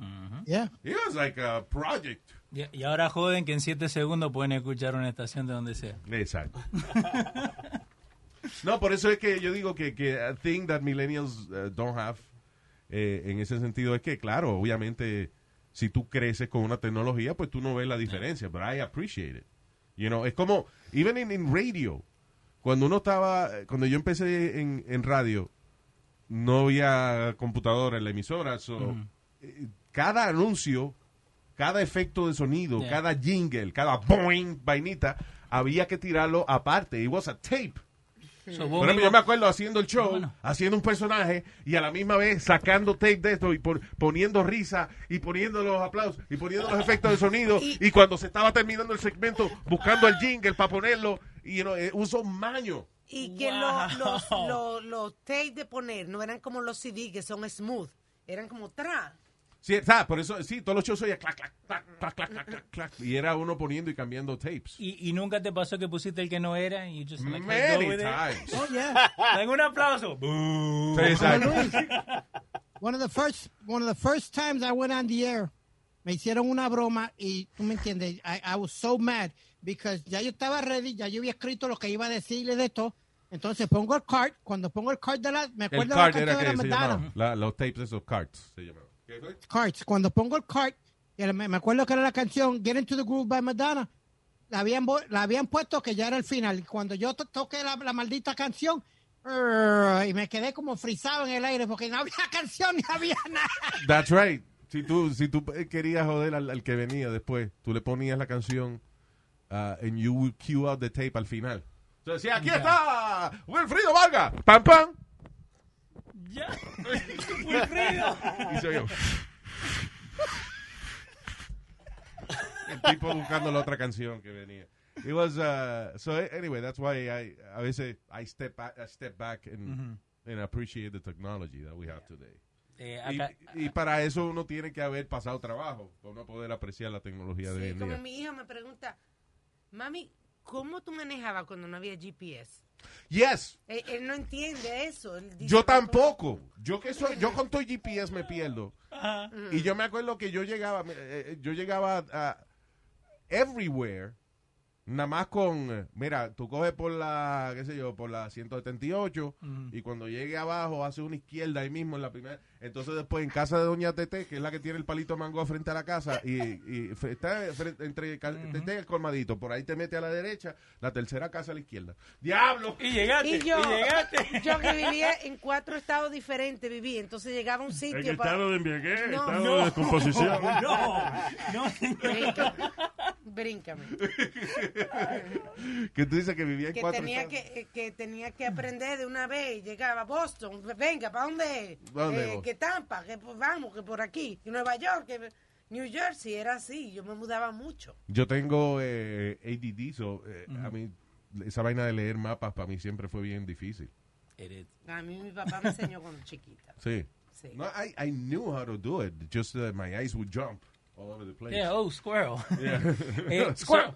[SPEAKER 9] Yeah.
[SPEAKER 4] It was like a project.
[SPEAKER 5] Y, y ahora joden que en 7 segundos pueden escuchar una estación de donde sea.
[SPEAKER 4] Exacto. no, por eso es que yo digo que, que a thing that millennials uh, don't have eh, en ese sentido es que, claro, obviamente, si tú creces con una tecnología, pues tú no ves la diferencia, pero I appreciate it. You know, es como, even in, in radio, cuando uno estaba, cuando yo empecé en, en radio, no había computadora en la emisora. so, eh, Cada anuncio, cada efecto de sonido,
[SPEAKER 5] Yeah.
[SPEAKER 4] cada jingle, cada boing, vainita, había que tirarlo aparte. It was a tape.
[SPEAKER 5] So, vos
[SPEAKER 4] Por ejemplo,
[SPEAKER 5] mismo-
[SPEAKER 4] yo me acuerdo haciendo el show,
[SPEAKER 5] Bueno.
[SPEAKER 4] haciendo un personaje y a la misma vez sacando tape de esto y por- poniendo risa y poniendo los aplausos y poniendo los efectos de sonido y, cuando se estaba terminando el segmento buscando el jingle para ponerlo y you know, eh, uso un maño.
[SPEAKER 7] Y que
[SPEAKER 5] Wow.
[SPEAKER 7] los, los, los, los tapes de poner no eran como los CD que son smooth, eran como tra.
[SPEAKER 4] Sí, está, por eso, sí, todos los shows oía clac, clac, clac, clac, clac, clac, clac, clac, y era uno poniendo y cambiando tapes.
[SPEAKER 5] y, y nunca te pasó que pusiste el que no era y you just like, go
[SPEAKER 4] Many
[SPEAKER 5] with it.
[SPEAKER 4] times.
[SPEAKER 9] Oh, yeah.
[SPEAKER 5] Dan un aplauso. Boo.
[SPEAKER 4] Sí, exacto.
[SPEAKER 9] One of the first, one of the first times I went on the air, me hicieron una broma y tú me entiendes, I, I was so mad because ya yo estaba ready, ya yo había escrito lo que iba a decirle de esto. Entonces pongo el card, cuando pongo el card de la,
[SPEAKER 4] El
[SPEAKER 9] me acuerdo de la
[SPEAKER 4] card
[SPEAKER 9] canción
[SPEAKER 4] era
[SPEAKER 9] de
[SPEAKER 4] que se
[SPEAKER 9] Madonna.
[SPEAKER 4] llamaba. La- los tapes, esos cards se llamaban. ¿Qué fue?
[SPEAKER 9] carts. Cuando pongo el cart, y el- me me acuerdo que era la canción Get Into the Groove by Madonna. La habían, bo- la habían puesto que ya era el final. Cuando yo to- toqué la, la maldita canción, err, y me quedé como frisado en el aire porque no había canción ni había nada.
[SPEAKER 4] That's right. Si tú, si tú eh, querías joder al, al que venía después, tú le ponías la canción uh, and you would cue out the tape al final. Entonces decía, aquí está Wilfrido Vargas. Pam, pam.
[SPEAKER 5] Ya. Wilfrido.
[SPEAKER 4] Y se oyó. El tipo buscando la otra canción que venía. It was, uh, so anyway, that's why I, a veces I step, ba- I step back and, and appreciate the technology that we have today.
[SPEAKER 5] Eh,
[SPEAKER 4] Y,
[SPEAKER 5] acá-
[SPEAKER 4] y para eso uno tiene que haber pasado trabajo, para uno poder apreciar la tecnología de hoy
[SPEAKER 7] Sí,
[SPEAKER 4] en
[SPEAKER 7] como
[SPEAKER 4] día.
[SPEAKER 7] mi hija me pregunta, mami, ¿cómo tú manejabas cuando no había GPS?
[SPEAKER 4] Yes,
[SPEAKER 7] Él, Eh, él no entiende eso. él dice,
[SPEAKER 4] yo tampoco. Yo que soy, yo con todo GPS me pierdo. Y yo me acuerdo que yo llegaba, eh, eh, yo llegaba a everywhere, nada más con, eh, mira, tú coges por la, qué sé yo, por la 178 y cuando llegue abajo hace una izquierda ahí mismo en la primera. Entonces después en casa de Doña Tete, que es la que tiene el palito de mango frente a la casa y, y fre- está frente- entre cal- Tete y el colmadito, por ahí te mete a la derecha, la tercera casa a la izquierda. Diablo.
[SPEAKER 5] y llegaste.
[SPEAKER 7] Y yo,
[SPEAKER 5] y llegaste.
[SPEAKER 7] yo que vivía en cuatro estados diferentes, viví, entonces llegaba a un
[SPEAKER 8] En
[SPEAKER 7] sitio para...
[SPEAKER 8] estado de embriaguez,
[SPEAKER 7] No.
[SPEAKER 8] estado
[SPEAKER 7] No.
[SPEAKER 8] de descomposición.
[SPEAKER 5] Oh, No, no, señor.
[SPEAKER 7] Bríncame. Bríncame.
[SPEAKER 4] Que tú dices que vivía en
[SPEAKER 7] Que
[SPEAKER 4] cuatro
[SPEAKER 7] tenía
[SPEAKER 4] estados.
[SPEAKER 7] que, que tenía que aprender de una vez. y Llegaba a Boston. Venga, ¿para dónde? es?
[SPEAKER 4] ¿Dónde
[SPEAKER 7] Eh,
[SPEAKER 4] vos?
[SPEAKER 7] que Tampa, que pues, vamos, que por aquí. Y Nueva York, que New Jersey. Era así. Yo me mudaba mucho.
[SPEAKER 4] Yo tengo eh, ADD, so, eh, a mí esa vaina de leer mapas para mí siempre fue bien difícil.
[SPEAKER 7] A mí mi papá me enseñó cuando chiquita.
[SPEAKER 4] Sí.
[SPEAKER 7] Sí.
[SPEAKER 4] No, I, I knew how to do it, just uh, my eyes would jump all over the place.
[SPEAKER 5] Yeah, oh, squirrel. Eh, squirrel.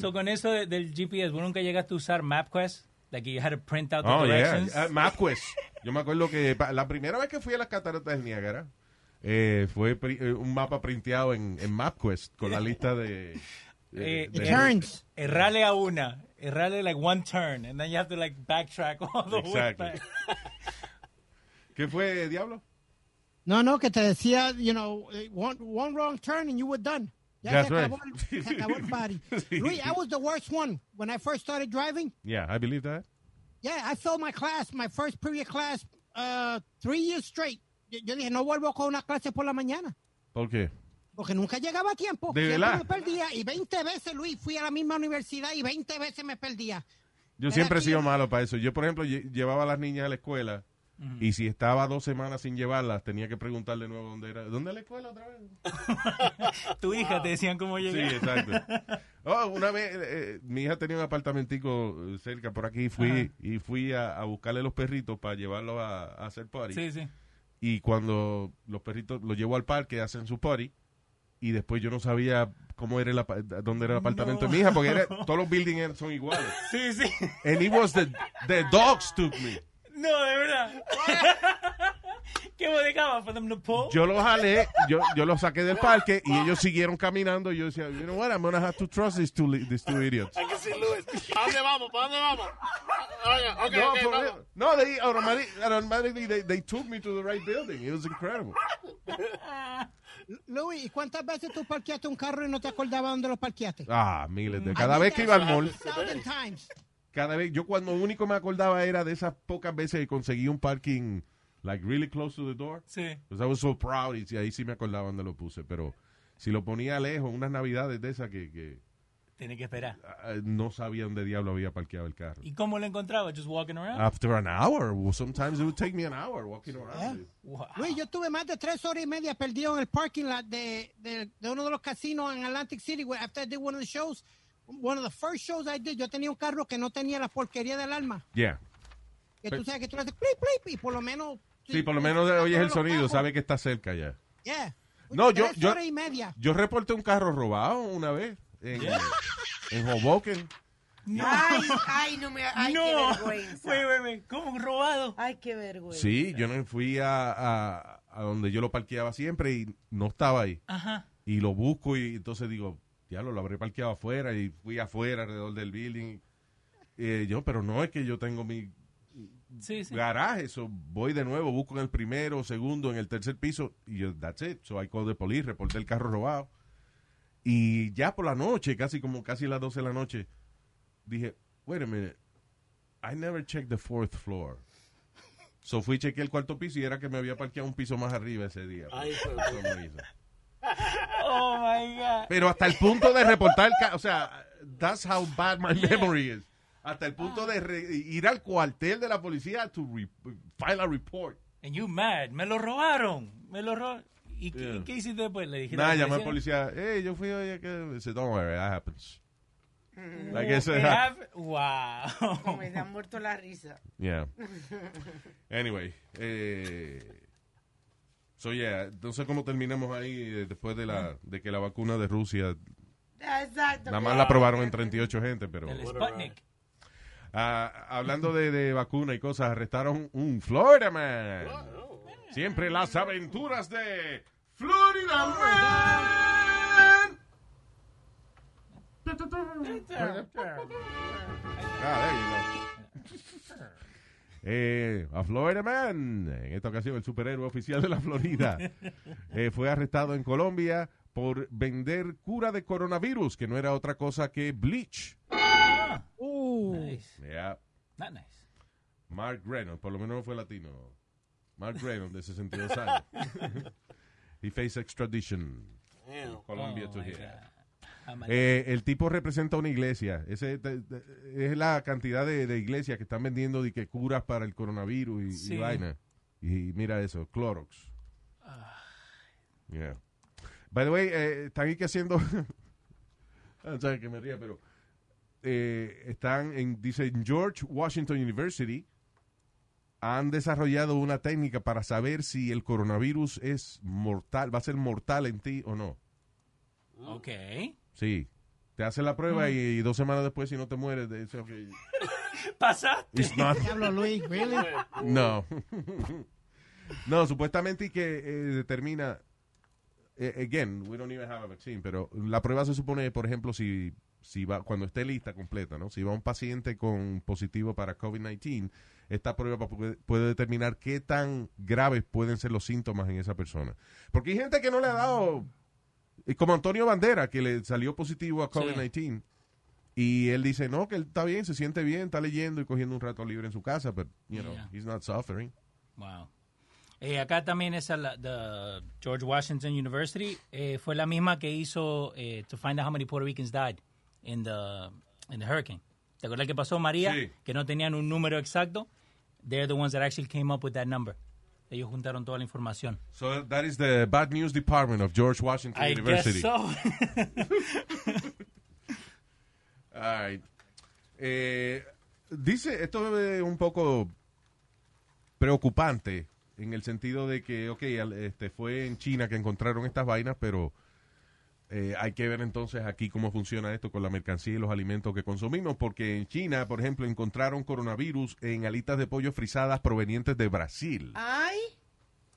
[SPEAKER 5] so, con eso de- del GPS, ¿vos nunca llegaste a usar MapQuest? Like you had to print out the
[SPEAKER 4] Oh, yeah.
[SPEAKER 5] directions?
[SPEAKER 4] Uh, MapQuest. Yo me acuerdo que pa- la primera vez que fui a las cataratas del Niágara eh, fue pri- eh, un mapa printeado en, en MapQuest con la lista de... de-
[SPEAKER 5] Eh,
[SPEAKER 4] de-
[SPEAKER 9] Turns.
[SPEAKER 5] Errale a una. Errale like one turn. And then you have to like backtrack all the way
[SPEAKER 4] Exactly.
[SPEAKER 5] back.
[SPEAKER 4] ¿Qué fue, Diablo?
[SPEAKER 9] No, no, que te decía, you know, eh, one, one wrong turn and you were done. Ya
[SPEAKER 4] That's
[SPEAKER 9] se acabó,
[SPEAKER 4] right.
[SPEAKER 9] el- se acabó el party.
[SPEAKER 4] Sí.
[SPEAKER 9] Luis, I was the worst one when I first started driving.
[SPEAKER 4] Yeah, I believe that.
[SPEAKER 9] Yeah, I failed my class, my first period class, uh, three years straight. Yo, yo dije, no vuelvo con una clase por la mañana.
[SPEAKER 4] ¿Por qué?
[SPEAKER 9] Porque nunca llegaba a tiempo.
[SPEAKER 4] ¿De
[SPEAKER 9] siempre
[SPEAKER 4] verdad?
[SPEAKER 9] me perdía. Y 20 veces, Luis, fui a la misma universidad y 20 veces me perdía.
[SPEAKER 4] Yo
[SPEAKER 9] Era
[SPEAKER 4] siempre he
[SPEAKER 9] aquí
[SPEAKER 4] sido
[SPEAKER 9] en-
[SPEAKER 4] malo para eso. Yo, por ejemplo, lle- llevaba a las niñas a la escuela y si estaba dos semanas sin llevarlas, tenía que preguntarle de nuevo dónde era. ¿Dónde es la escuela otra vez?
[SPEAKER 5] Tu hija te decían cómo
[SPEAKER 4] Sí,
[SPEAKER 5] llegar.
[SPEAKER 4] exacto. Oh, una vez, eh, eh, mi hija tenía un apartamentico eh, cerca por aquí y fui, y fui a, a buscarle los perritos para llevarlos a, a hacer party.
[SPEAKER 5] Sí, sí.
[SPEAKER 4] Y cuando los perritos los llevo al parque, hacen su party y después yo no sabía cómo era el, apa- dónde era el apartamento de mi hija porque era- todos los buildings eran- son iguales.
[SPEAKER 5] Sí, sí.
[SPEAKER 4] And it was the, the dogs took me.
[SPEAKER 5] No, de verdad. ¿Qué vos dejabas? For them to pull?
[SPEAKER 4] Yo los jalé, yo, yo los saqué del parque y ellos siguieron caminando y yo decía, you know what, I'm gonna have to trust these two, li- these two idiots.
[SPEAKER 6] Hay que ser Luis. ¿Para dónde vamos? ¿Para dónde vamos? Oiga, ok,
[SPEAKER 4] No,
[SPEAKER 6] ok,
[SPEAKER 4] for
[SPEAKER 6] vamos.
[SPEAKER 4] real. no they automatic, automatically they, they took me to the right building. It was incredible.
[SPEAKER 9] Luis, ¿y cuántas veces tú parqueaste un carro y no te acordabas dónde lo parqueaste?
[SPEAKER 4] Ah, miles de.
[SPEAKER 9] I
[SPEAKER 4] Cada
[SPEAKER 9] did
[SPEAKER 4] vez
[SPEAKER 9] that
[SPEAKER 4] que iba al mall,
[SPEAKER 9] 1,000 times.
[SPEAKER 4] cada vez, yo cuando único me acordaba era de esas pocas veces que conseguí un parking like really close to the door.
[SPEAKER 5] Sí.
[SPEAKER 4] Because I was so proud. Y ahí sí me acordaba dónde lo puse. Pero si lo ponía lejos, unas navidades de esas que, que
[SPEAKER 5] Tiene que esperar.
[SPEAKER 4] ah, no sabía dónde diablo había parqueado el carro.
[SPEAKER 5] ¿Y cómo lo encontraba? Just walking around.
[SPEAKER 4] Uh, After an hour, well, sometimes it would take me an hour walking around.
[SPEAKER 5] Wow.
[SPEAKER 9] Luis, yo estuve más de tres horas y media perdido en el parking lot de, de, de uno de los casinos en Atlantic City. Where after I did one of the shows, one of the first shows I did, yo tenía un carro que no tenía la porquería del alma.
[SPEAKER 4] Yeah.
[SPEAKER 9] Que
[SPEAKER 4] Pero-
[SPEAKER 9] tú sabes que tú le haces plip, plip, y por lo menos...
[SPEAKER 4] Sí, por lo menos oyes el sonido, sabe que está cerca ya.
[SPEAKER 9] Yeah.
[SPEAKER 4] No, yo-
[SPEAKER 9] Tres
[SPEAKER 4] yo-
[SPEAKER 9] horas y media.
[SPEAKER 4] Yo reporté un carro robado una vez en, en Hoboken.
[SPEAKER 7] Ay, ay, no me. Ay, qué
[SPEAKER 5] no.
[SPEAKER 7] vergüenza.
[SPEAKER 5] Wait, wait, wait. ¿Cómo robado?
[SPEAKER 7] Ay, qué vergüenza.
[SPEAKER 4] Sí, yo no fui a, a- a donde yo lo parqueaba siempre y no estaba ahí.
[SPEAKER 5] Ajá.
[SPEAKER 4] Y lo busco y entonces digo, diablo, lo habré parqueado afuera y fui afuera alrededor del building. Eh, yo, pero no es que yo tengo mi
[SPEAKER 5] Sí, sí.
[SPEAKER 4] garaje, eso voy de nuevo, busco en el primero, segundo, en el tercer piso y yo, that's it. So I called the police, reporté el carro robado. Y ya por la noche, casi como casi las 12 de la noche, dije, wait a minute, I never checked the fourth floor. So fui, chequeé el cuarto piso y era que me había parqueado un piso más arriba ese día.
[SPEAKER 6] Ay,
[SPEAKER 4] Por
[SPEAKER 6] hijo de
[SPEAKER 4] eso me hizo.
[SPEAKER 5] Oh, my God.
[SPEAKER 4] Pero hasta el punto de reportar, ca- o sea, that's how bad my memory is. Hasta el punto de re- ir al cuartel de la policía to re- file a report.
[SPEAKER 5] And you mad. Me lo robaron. Me lo robaron. ¿Y qué-
[SPEAKER 4] Yeah.
[SPEAKER 5] qué hiciste después? Le dijiste
[SPEAKER 4] Nada,
[SPEAKER 5] a la
[SPEAKER 4] llamé al policía. Hey, yo fui hoy. Que... Dice, don't worry, that happens. Like
[SPEAKER 5] Wow.
[SPEAKER 4] eso
[SPEAKER 5] They
[SPEAKER 4] es-
[SPEAKER 5] have- Wow.
[SPEAKER 7] Me han muerto la risa.
[SPEAKER 4] Yeah. Anyway. Eh... So, yeah. Entonces, ¿cómo terminamos ahí eh, después de, la, de que la vacuna de Rusia,
[SPEAKER 7] Exacto.
[SPEAKER 4] nada más la aprobaron en 38 gente, pero...
[SPEAKER 5] El Sputnik.
[SPEAKER 4] Ah, hablando de, de vacuna y cosas, arrestaron un Florida man. Siempre las aventuras de Florida man. Ah, there you go. Eh, a Florida Man, en esta ocasión el superhéroe oficial de la Florida, eh, fue arrestado en Colombia por vender cura de coronavirus, que no era otra cosa que bleach.
[SPEAKER 5] Nice.
[SPEAKER 4] Yeah.
[SPEAKER 5] Not nice.
[SPEAKER 4] Mark Reynolds, por lo menos no fue latino. Mark Reynolds, de 62 años. He faced extradition.
[SPEAKER 6] Damn.
[SPEAKER 4] Colombia to
[SPEAKER 5] Oh, my
[SPEAKER 4] here.
[SPEAKER 5] God. I'm a-
[SPEAKER 4] Eh, el tipo representa una iglesia. Ese, te- te- es la cantidad de, de iglesias que están vendiendo de que curas para el coronavirus y, y
[SPEAKER 5] Sí.
[SPEAKER 4] vaina. Y mira eso, Clorox. Yeah. By the way, eh, están aquí haciendo... Ah, no sabes que me ría, pero... eh, están en, dice, en George Washington University han desarrollado una técnica para saber si el coronavirus es mortal, va a ser mortal en ti o no.
[SPEAKER 5] Ok.
[SPEAKER 4] Sí. Te hacen la prueba y, y dos semanas después, si no te mueres, de eso que-
[SPEAKER 5] Pasaste.
[SPEAKER 4] It's not-
[SPEAKER 9] Diablo, Luis, really?
[SPEAKER 4] No. no, supuestamente y que eh, determina. eh, again, we don't even have a vaccine, pero la prueba se supone, por ejemplo, si, si va, cuando esté lista completa, ¿no? Si va un paciente con positivo para COVID-19, esta prueba pa- puede, puede determinar qué tan graves pueden ser los síntomas en esa persona. Porque hay gente que no le ha dado. eh, Como Antonio Bandera, que le salió positivo a COVID-19. Y él dice, no, que él está bien, se siente bien, está leyendo y cogiendo un rato libre en su casa, pero, you know,
[SPEAKER 5] Yeah.
[SPEAKER 4] he's not suffering.
[SPEAKER 5] Wow. Eh, acá también es la the George Washington University. eh, fue la misma que hizo eh, To Find Out How Many Puerto Ricans Died in the, in the Hurricane. ¿Te acuerdas que pasó María?
[SPEAKER 4] Sí.
[SPEAKER 5] Que no tenían un número exacto. They're the ones that actually came up with that number. Ellos juntaron toda la información.
[SPEAKER 4] So that is the bad news department of George Washington
[SPEAKER 5] I
[SPEAKER 4] University.
[SPEAKER 5] guess so.
[SPEAKER 4] All right. Eh, dice, esto es un poco preocupante en el sentido de que, ok, al- este, fue en China que encontraron estas vainas, pero eh, hay que ver entonces aquí cómo funciona esto con la mercancía y los alimentos que consumimos, porque en China, por ejemplo, encontraron coronavirus en alitas de pollo frisadas provenientes de Brasil.
[SPEAKER 7] Ay,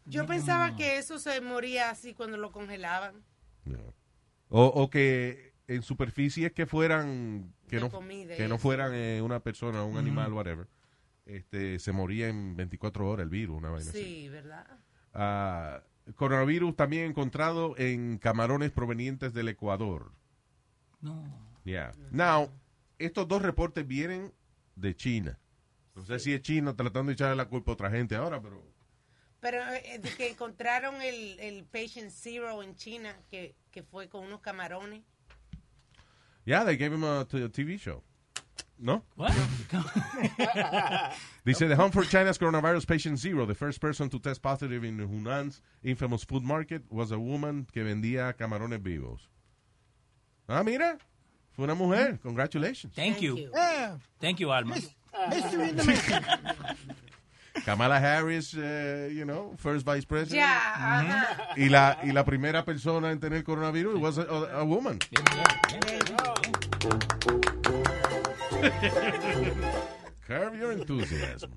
[SPEAKER 7] yo pensaba que eso se moría así cuando lo congelaban.
[SPEAKER 4] No. O, o que en superficies que fueran que
[SPEAKER 7] De
[SPEAKER 4] no,
[SPEAKER 7] comida y
[SPEAKER 4] que no
[SPEAKER 7] eso.
[SPEAKER 4] fueran eh, una persona, un animal, whatever, este, se moría en 24 horas el virus, una vaina así.
[SPEAKER 7] Sí, ¿verdad?
[SPEAKER 4] Ah, coronavirus también encontrado en camarones provenientes del Ecuador.
[SPEAKER 5] no.
[SPEAKER 4] Yeah. Now, estos dos reportes vienen de China. No sé si es China tratando de echarle la culpa a otra gente ahora, pero
[SPEAKER 7] Pero eh, de que encontraron el, el patient zero en China, que, que fue con unos camarones.
[SPEAKER 4] Yeah, they gave him a, t- a TV show. No?
[SPEAKER 5] What?
[SPEAKER 4] They said the home for China's coronavirus patient zero, the first person to test positive in Hunan's infamous food market, was a woman que vendía camarones vivos. Ah, mira. Fue una mujer. Congratulations.
[SPEAKER 5] Mm. Thank you.
[SPEAKER 9] Yeah.
[SPEAKER 5] Thank you, Alma.
[SPEAKER 9] Mystery in the making.
[SPEAKER 4] Kamala Harris, eh, you know, first vice president.
[SPEAKER 7] Ya, ajá.
[SPEAKER 4] Y la, y la primera persona en tener coronavirus was a, a- a woman.
[SPEAKER 5] Bien, bien, bien.
[SPEAKER 4] Curve your enthusiasm.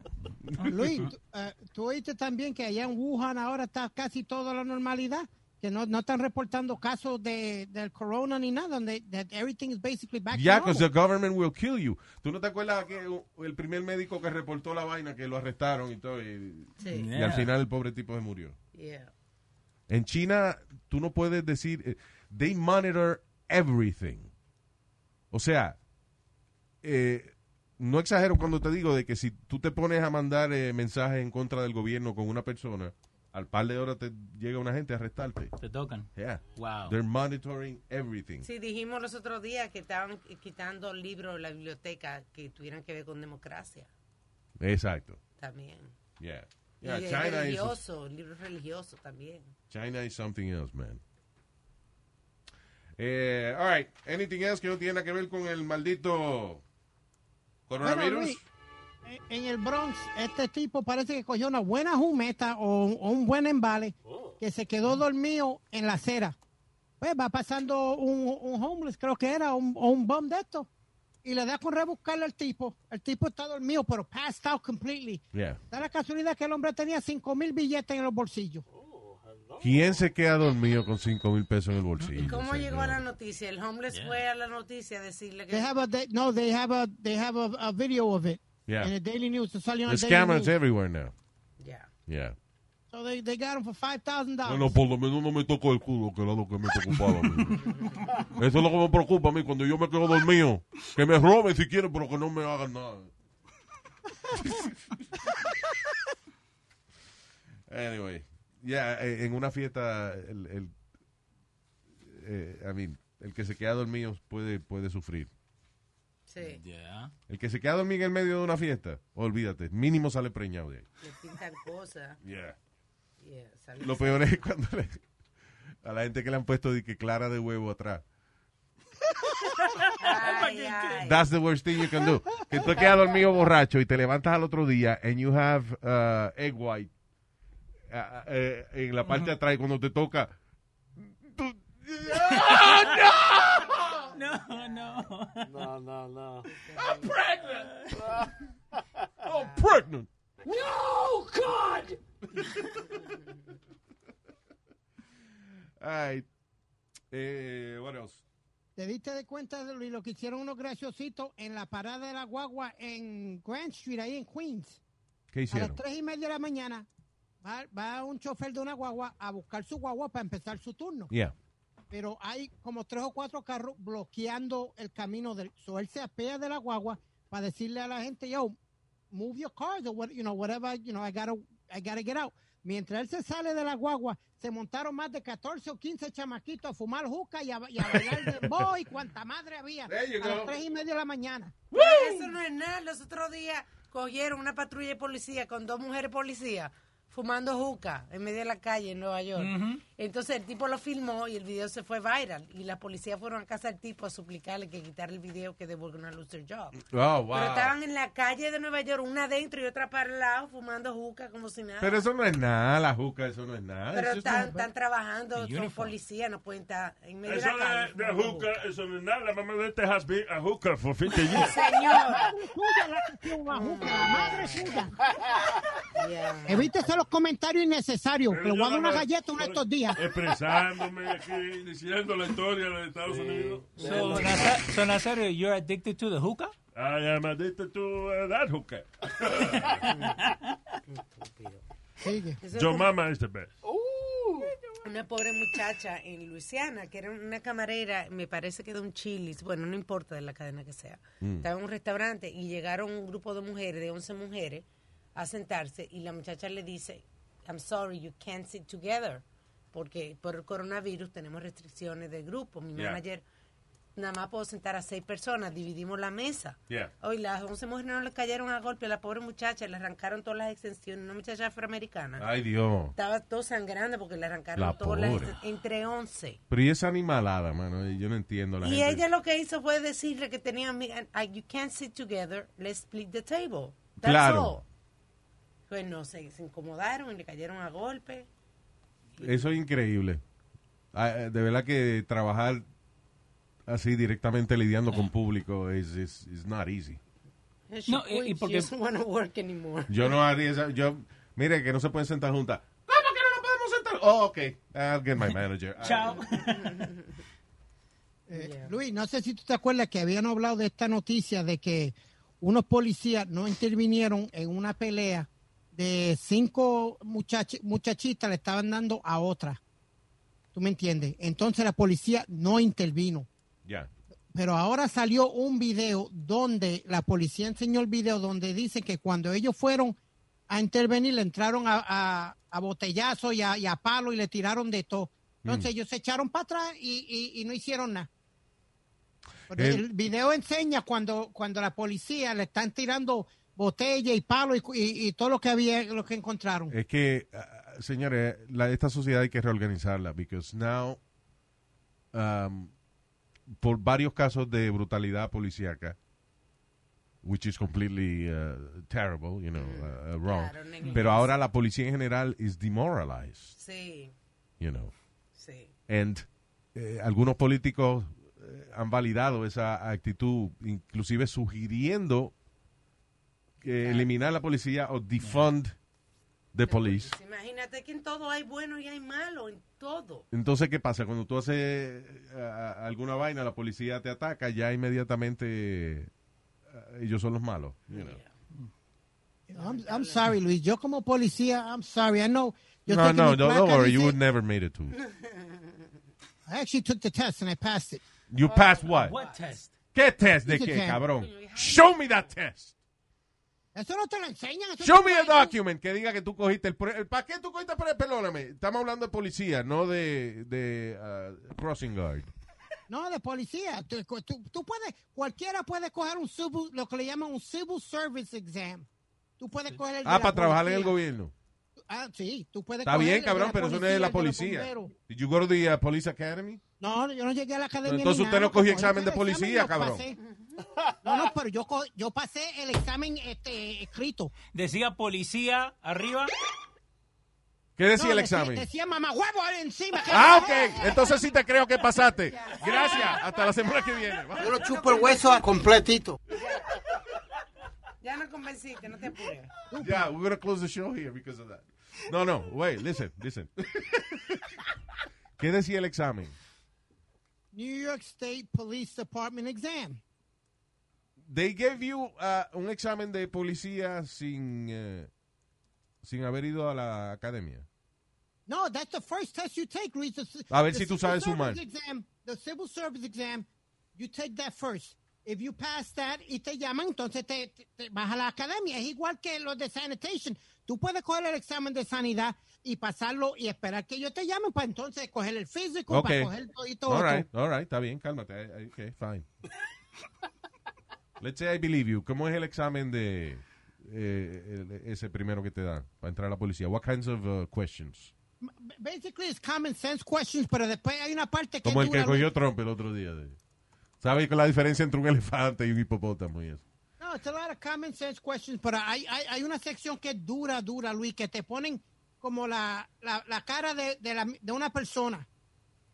[SPEAKER 9] Luis, tú, eh, tú oíste también que allá en Wuhan ahora está casi toda la normalidad, que no, no están reportando casos de, del corona ni nada, donde that everything is basically
[SPEAKER 7] Ah,
[SPEAKER 9] back to
[SPEAKER 4] Yeah,
[SPEAKER 9] normal.
[SPEAKER 4] because the government will kill you. ¿Tú no te acuerdas que el primer médico que reportó la vaina, que lo arrestaron y todo, y,
[SPEAKER 7] Sí.
[SPEAKER 5] Mm-hmm.
[SPEAKER 4] y al final el pobre tipo se murió?
[SPEAKER 7] Yeah.
[SPEAKER 4] En China, tú no puedes decir, eh, they monitor everything. O sea, eh, no exagero cuando te digo de que si tú te pones a mandar eh, mensajes en contra del gobierno con una persona, al par de horas te llega una gente a arrestarte.
[SPEAKER 5] Te tocan.
[SPEAKER 4] Yeah.
[SPEAKER 5] Wow.
[SPEAKER 4] They're monitoring everything.
[SPEAKER 7] Sí, dijimos los otros días que estaban quitando libros de la biblioteca que tuvieran que ver con democracia
[SPEAKER 4] Exacto.
[SPEAKER 7] también.
[SPEAKER 4] Yeah. Yeah,
[SPEAKER 7] y eh,
[SPEAKER 4] China is,
[SPEAKER 7] religioso, libros religiosos también.
[SPEAKER 4] China is something else, man. Eh, all right. Anything else que no tiene que ver con el maldito
[SPEAKER 9] Bueno,
[SPEAKER 4] coronavirus?
[SPEAKER 9] Luis, en- en el Bronx, este tipo parece que cogió una buena jumeta o, un- o un buen embale que se quedó dormido en la acera. Pues va pasando un, un homeless, creo que era, un- o un bum de esto, y le da con rebuscarle al tipo. El tipo está dormido, pero passed out completely.
[SPEAKER 4] Yeah.
[SPEAKER 9] Da la casualidad que el hombre tenía 5 mil billetes en los bolsillos.
[SPEAKER 4] ¿Quién se queda dormido con 5 mil pesos en el bolsillo?
[SPEAKER 7] ¿Y cómo llegó
[SPEAKER 4] señor?
[SPEAKER 7] a la noticia? El homeless fue a la noticia a decirle que...
[SPEAKER 9] They have a, they- no, they have a, they have a, a video of it.
[SPEAKER 4] Yeah. eh.
[SPEAKER 9] In the Daily News. It's only on
[SPEAKER 4] There's
[SPEAKER 9] Daily
[SPEAKER 4] cameras
[SPEAKER 9] News.
[SPEAKER 4] everywhere now.
[SPEAKER 7] Ya.
[SPEAKER 4] Yeah.
[SPEAKER 9] So they, they got him for $5,000.
[SPEAKER 4] por lo menos no me tocó el culo, que era lo que me preocupaba. a mí. Eso es lo que me preocupa a mí cuando yo me quedo dormido. Que me roben si quieren, pero que no me hagan nada. anyway, yeah, eh, en una fiesta, el, el, eh, I mean, el que se queda dormido puede, puede sufrir.
[SPEAKER 7] Sí,
[SPEAKER 5] Yeah.
[SPEAKER 4] El que se queda dormido en el medio de una fiesta, olvídate, mínimo sale preñado de ahí.
[SPEAKER 7] le pintan cosas. Yeah, sale-
[SPEAKER 4] Lo peor es cuando le- a la gente que le han puesto de que clara de huevo atrás.
[SPEAKER 7] Ay, ay.
[SPEAKER 4] That's the worst thing you can do. Que tú te quedas dormido borracho y te levantas al otro día and you have uh, egg white uh, uh, eh, en la parte de atrás y cuando te toca. tú-
[SPEAKER 5] No, no.
[SPEAKER 6] No, no, no.
[SPEAKER 4] I'm pregnant. No, God. All right. Eh, what else?
[SPEAKER 9] ¿Te diste de cuenta de lo- lo que hicieron unos graciositos en la parada de la guagua en Grand Street, ahí en Queens?
[SPEAKER 4] ¿Qué
[SPEAKER 9] A las
[SPEAKER 4] hicieron?
[SPEAKER 9] tres y media de la mañana va, va un chofer de una guagua a buscar su guagua para empezar su turno.
[SPEAKER 4] Yeah.
[SPEAKER 9] Pero hay como tres o cuatro carros bloqueando el camino del... So él se apea de la guagua para decirle a la gente, yo, move your cars or what, you know, whatever, you know, I gotta, I gotta get out. Mientras él se sale de la guagua, se montaron más de 14 o 15 chamaquitos a fumar juca y a, y a bailar dembow y cuanta madre había
[SPEAKER 4] There you
[SPEAKER 9] a las
[SPEAKER 4] go.
[SPEAKER 9] tres y media de la mañana.
[SPEAKER 7] Eso no es nada. Los otros días cogieron una patrulla de policía con dos mujeres policías fumando juca en medio de la calle en Nueva York. Entonces el tipo lo filmó y el video se fue viral. Y la policía fueron a casa del tipo a suplicarle que quitara el video que they were gonna lose their job.
[SPEAKER 4] Oh, wow.
[SPEAKER 7] Pero estaban en la calle de Nueva York, una adentro y otra para el lado, fumando juca como si nada.
[SPEAKER 4] Pero eso no es nada, la juca, eso no es nada.
[SPEAKER 7] Pero
[SPEAKER 4] It's just
[SPEAKER 7] están,
[SPEAKER 4] a-
[SPEAKER 7] están trabajando,
[SPEAKER 5] The
[SPEAKER 7] son
[SPEAKER 5] uniform.
[SPEAKER 7] policías, no pueden estar en medio de
[SPEAKER 8] Eso
[SPEAKER 7] la calle.
[SPEAKER 8] de, de
[SPEAKER 7] fumando
[SPEAKER 8] hookah, eso no es nada. La mamá de este has been a hookah for 50 years.
[SPEAKER 7] Señor.
[SPEAKER 9] Suya la que fuma juca, la madre suya.
[SPEAKER 7] Yeah.
[SPEAKER 9] Evítese los comentarios innecesarios. Le
[SPEAKER 8] Pero
[SPEAKER 9] voy a
[SPEAKER 8] yo
[SPEAKER 9] dar una
[SPEAKER 8] no me-
[SPEAKER 9] galleta uno de estos días.
[SPEAKER 8] Eh, Expresándome aquí, diciendo la historia de Estados Unidos.
[SPEAKER 5] So, Naza- so Nazario, you're addicted to the hookah?
[SPEAKER 8] I am addicted to uh, that hookah.
[SPEAKER 9] Sigue.
[SPEAKER 7] Eso es
[SPEAKER 8] Your
[SPEAKER 7] como-
[SPEAKER 8] mama is the best.
[SPEAKER 7] una pobre muchacha en Luisiana, que era una camarera, me parece que de un Chili's, bueno, no importa de la cadena que sea.
[SPEAKER 4] Mm.
[SPEAKER 7] Estaba en un restaurante y llegaron un grupo de mujeres, de 11 mujeres, a sentarse y la muchacha le dice, I'm sorry, you can't sit together. Porque por el coronavirus tenemos restricciones de grupo. Mi
[SPEAKER 4] Yeah.
[SPEAKER 7] manager, nada más puedo sentar a seis personas, dividimos la mesa.
[SPEAKER 4] Yeah.
[SPEAKER 7] Hoy las 11 mujeres no le cayeron a golpe, a la pobre muchacha, le arrancaron todas las extensiones, una muchacha afroamericana.
[SPEAKER 4] Ay, Dios.
[SPEAKER 7] Estaba todo sangrando porque le arrancaron
[SPEAKER 4] La
[SPEAKER 7] todas las
[SPEAKER 4] pobre.
[SPEAKER 7] exten- entre 11.
[SPEAKER 4] Pero y esa animalada, mano, yo no entiendo la
[SPEAKER 7] Y
[SPEAKER 4] gente.
[SPEAKER 7] ella lo que hizo fue decirle que tenía amigas, you can't sit together, let's split the table. That's
[SPEAKER 4] Claro.
[SPEAKER 7] all. Pues no sé, se incomodaron y le cayeron a golpe.
[SPEAKER 4] Eso es increíble. Ah, eh, De verdad que trabajar así directamente lidiando con público es is, is not easy.
[SPEAKER 7] She
[SPEAKER 5] No, y- y
[SPEAKER 7] quit, she
[SPEAKER 5] porque-
[SPEAKER 7] doesn't wanna work anymore.
[SPEAKER 4] Yo no haría esa, yo, mire que no se pueden sentar juntas. ¿Cómo que no nos podemos sentar? Oh, ok. I'll get my manager.
[SPEAKER 5] Chao.
[SPEAKER 9] Eh,
[SPEAKER 7] Yeah.
[SPEAKER 9] Luis, no sé si tú te acuerdas que habían hablado de esta noticia de que unos policías no intervinieron en una pelea de cinco muchach- muchachitas le estaban dando a otra. ¿Tú me entiendes? Entonces la policía no intervino.
[SPEAKER 4] Ya.
[SPEAKER 9] Pero ahora salió un video donde la policía enseñó el video donde dice que cuando ellos fueron a intervenir le entraron a, a, a botellazo y a, y a palo y le tiraron de todo. Entonces
[SPEAKER 4] Mm.
[SPEAKER 9] ellos se echaron para atrás y, y- y no hicieron nada. Porque
[SPEAKER 4] El-
[SPEAKER 9] el, video enseña cuando, cuando la policía le están tirando botella y palo y, cu- y- y todo lo que había, lo que encontraron.
[SPEAKER 4] Es que, ah, señores, la, esta sociedad hay que reorganizarla, because now, um, por varios casos de brutalidad policíaca, which is completely uh, terrible, you know, uh, uh, wrong.
[SPEAKER 7] claro, negro.
[SPEAKER 4] Pero ahora la policía en general is demoralized,
[SPEAKER 7] Sí,
[SPEAKER 4] you know.
[SPEAKER 7] sí.
[SPEAKER 4] And eh, algunos políticos eh, han validado esa actitud, inclusive sugiriendo que eliminar la policía o defund the police.
[SPEAKER 7] Pues Imagínate que en todo hay bueno y hay malo, en todo.
[SPEAKER 4] Entonces, ¿qué pasa? Cuando tú haces eh, a- alguna vaina, la policía te ataca, ya inmediatamente eh, ellos son los malos. you know.
[SPEAKER 9] I'm, I'm sorry, Luis. Yo como policía, I'm sorry. I know. Yo
[SPEAKER 4] No,
[SPEAKER 9] sé que
[SPEAKER 4] no, no,
[SPEAKER 9] mi
[SPEAKER 4] don't
[SPEAKER 9] placa
[SPEAKER 4] worry, you
[SPEAKER 9] dice-
[SPEAKER 4] would never made it to.
[SPEAKER 9] I actually took the test and I passed it.
[SPEAKER 4] You passed what?
[SPEAKER 5] What test?
[SPEAKER 4] ¿Qué test de
[SPEAKER 9] Dice
[SPEAKER 4] qué,
[SPEAKER 9] que-
[SPEAKER 4] cabrón? Show me that test.
[SPEAKER 9] Eso no te lo enseñan. eso
[SPEAKER 4] Show
[SPEAKER 9] te
[SPEAKER 4] me
[SPEAKER 9] lo
[SPEAKER 4] a
[SPEAKER 9] dicen.
[SPEAKER 4] document que diga que tú cogiste el... pre- el- ¿Para qué tú cogiste el... pre- Perdóname, estamos hablando de policía, no de, de ah, crossing guard.
[SPEAKER 9] No, de policía. Tú, tú- tú puedes, cualquiera puede coger un civil, lo que le llaman un civil service exam. Tú puedes coger el de
[SPEAKER 4] Ah,
[SPEAKER 9] la
[SPEAKER 4] para trabajar en el
[SPEAKER 9] policía.
[SPEAKER 4] gobierno.
[SPEAKER 9] Ah, sí, tú puedes
[SPEAKER 4] Está
[SPEAKER 9] coger
[SPEAKER 4] bien,
[SPEAKER 9] el de
[SPEAKER 4] cabrón,
[SPEAKER 9] la
[SPEAKER 4] pero eso no es de
[SPEAKER 9] el
[SPEAKER 4] la
[SPEAKER 9] de los
[SPEAKER 4] policía.
[SPEAKER 9] bomberos.
[SPEAKER 4] Did you go to the ah, police academy?
[SPEAKER 9] No, yo no llegué a la academia.
[SPEAKER 4] Entonces
[SPEAKER 9] ni
[SPEAKER 4] usted
[SPEAKER 9] nada,
[SPEAKER 4] no cogió
[SPEAKER 9] yo cogí
[SPEAKER 4] examen de
[SPEAKER 9] el y
[SPEAKER 4] policía,
[SPEAKER 9] lo
[SPEAKER 4] cabrón.
[SPEAKER 9] pasé. No, no, pero yo, co- yo pasé el examen este, escrito.
[SPEAKER 5] Decía policía arriba.
[SPEAKER 4] ¿Qué decía
[SPEAKER 9] No,
[SPEAKER 4] el
[SPEAKER 9] decía-
[SPEAKER 4] examen?
[SPEAKER 9] Decía mamá huevo encima. que-
[SPEAKER 4] Ah, ok. Entonces sí te creo que pasaste. Gracias. Hasta la semana que viene. Bye.
[SPEAKER 10] Yo lo chupo el hueso a completito.
[SPEAKER 7] Ya no convenciste, no te apures.
[SPEAKER 4] Yeah, we're gonna close the show here because of that. No, no. Wait, listen, listen. ¿Qué decía el examen?
[SPEAKER 9] New York State Police Department exam.
[SPEAKER 4] They gave you uh, un examen de policía sin eh, sin haber ido a la academia.
[SPEAKER 9] No, that's the first test you take, Luis. The-
[SPEAKER 4] A ver
[SPEAKER 9] the
[SPEAKER 4] si tú
[SPEAKER 9] civil
[SPEAKER 4] sabes
[SPEAKER 9] service
[SPEAKER 4] sumar.
[SPEAKER 9] Exam, the civil service exam, you take that first. If you pass that y te llaman, entonces te, te- te vas a la academia. Es igual que los de sanitation. Tú puedes coger el examen de sanidad y pasarlo y esperar que ellos te llamen para entonces coger el físico,
[SPEAKER 4] Ok.
[SPEAKER 9] para coger todo y todo.
[SPEAKER 4] All right, all right. Está bien, cálmate. eh, I- I- Okay, fine. Let's say I believe you. ¿Cómo es el examen de eh, el- ese primero que te dan para entrar a la policía? What kinds of uh, questions?
[SPEAKER 9] Basically, it's common sense questions, pero después hay una parte que.
[SPEAKER 4] Como el que
[SPEAKER 9] dura, Luis.
[SPEAKER 4] cogió Trump el otro día. De, ¿Sabes la diferencia entre un elefante y un hipopótamo? Y eso?
[SPEAKER 9] No, it's a lot of common sense questions, pero hay, hay, hay una sección que es dura, dura, Luis, que te ponen como la, la, la cara de, de, la- de una persona.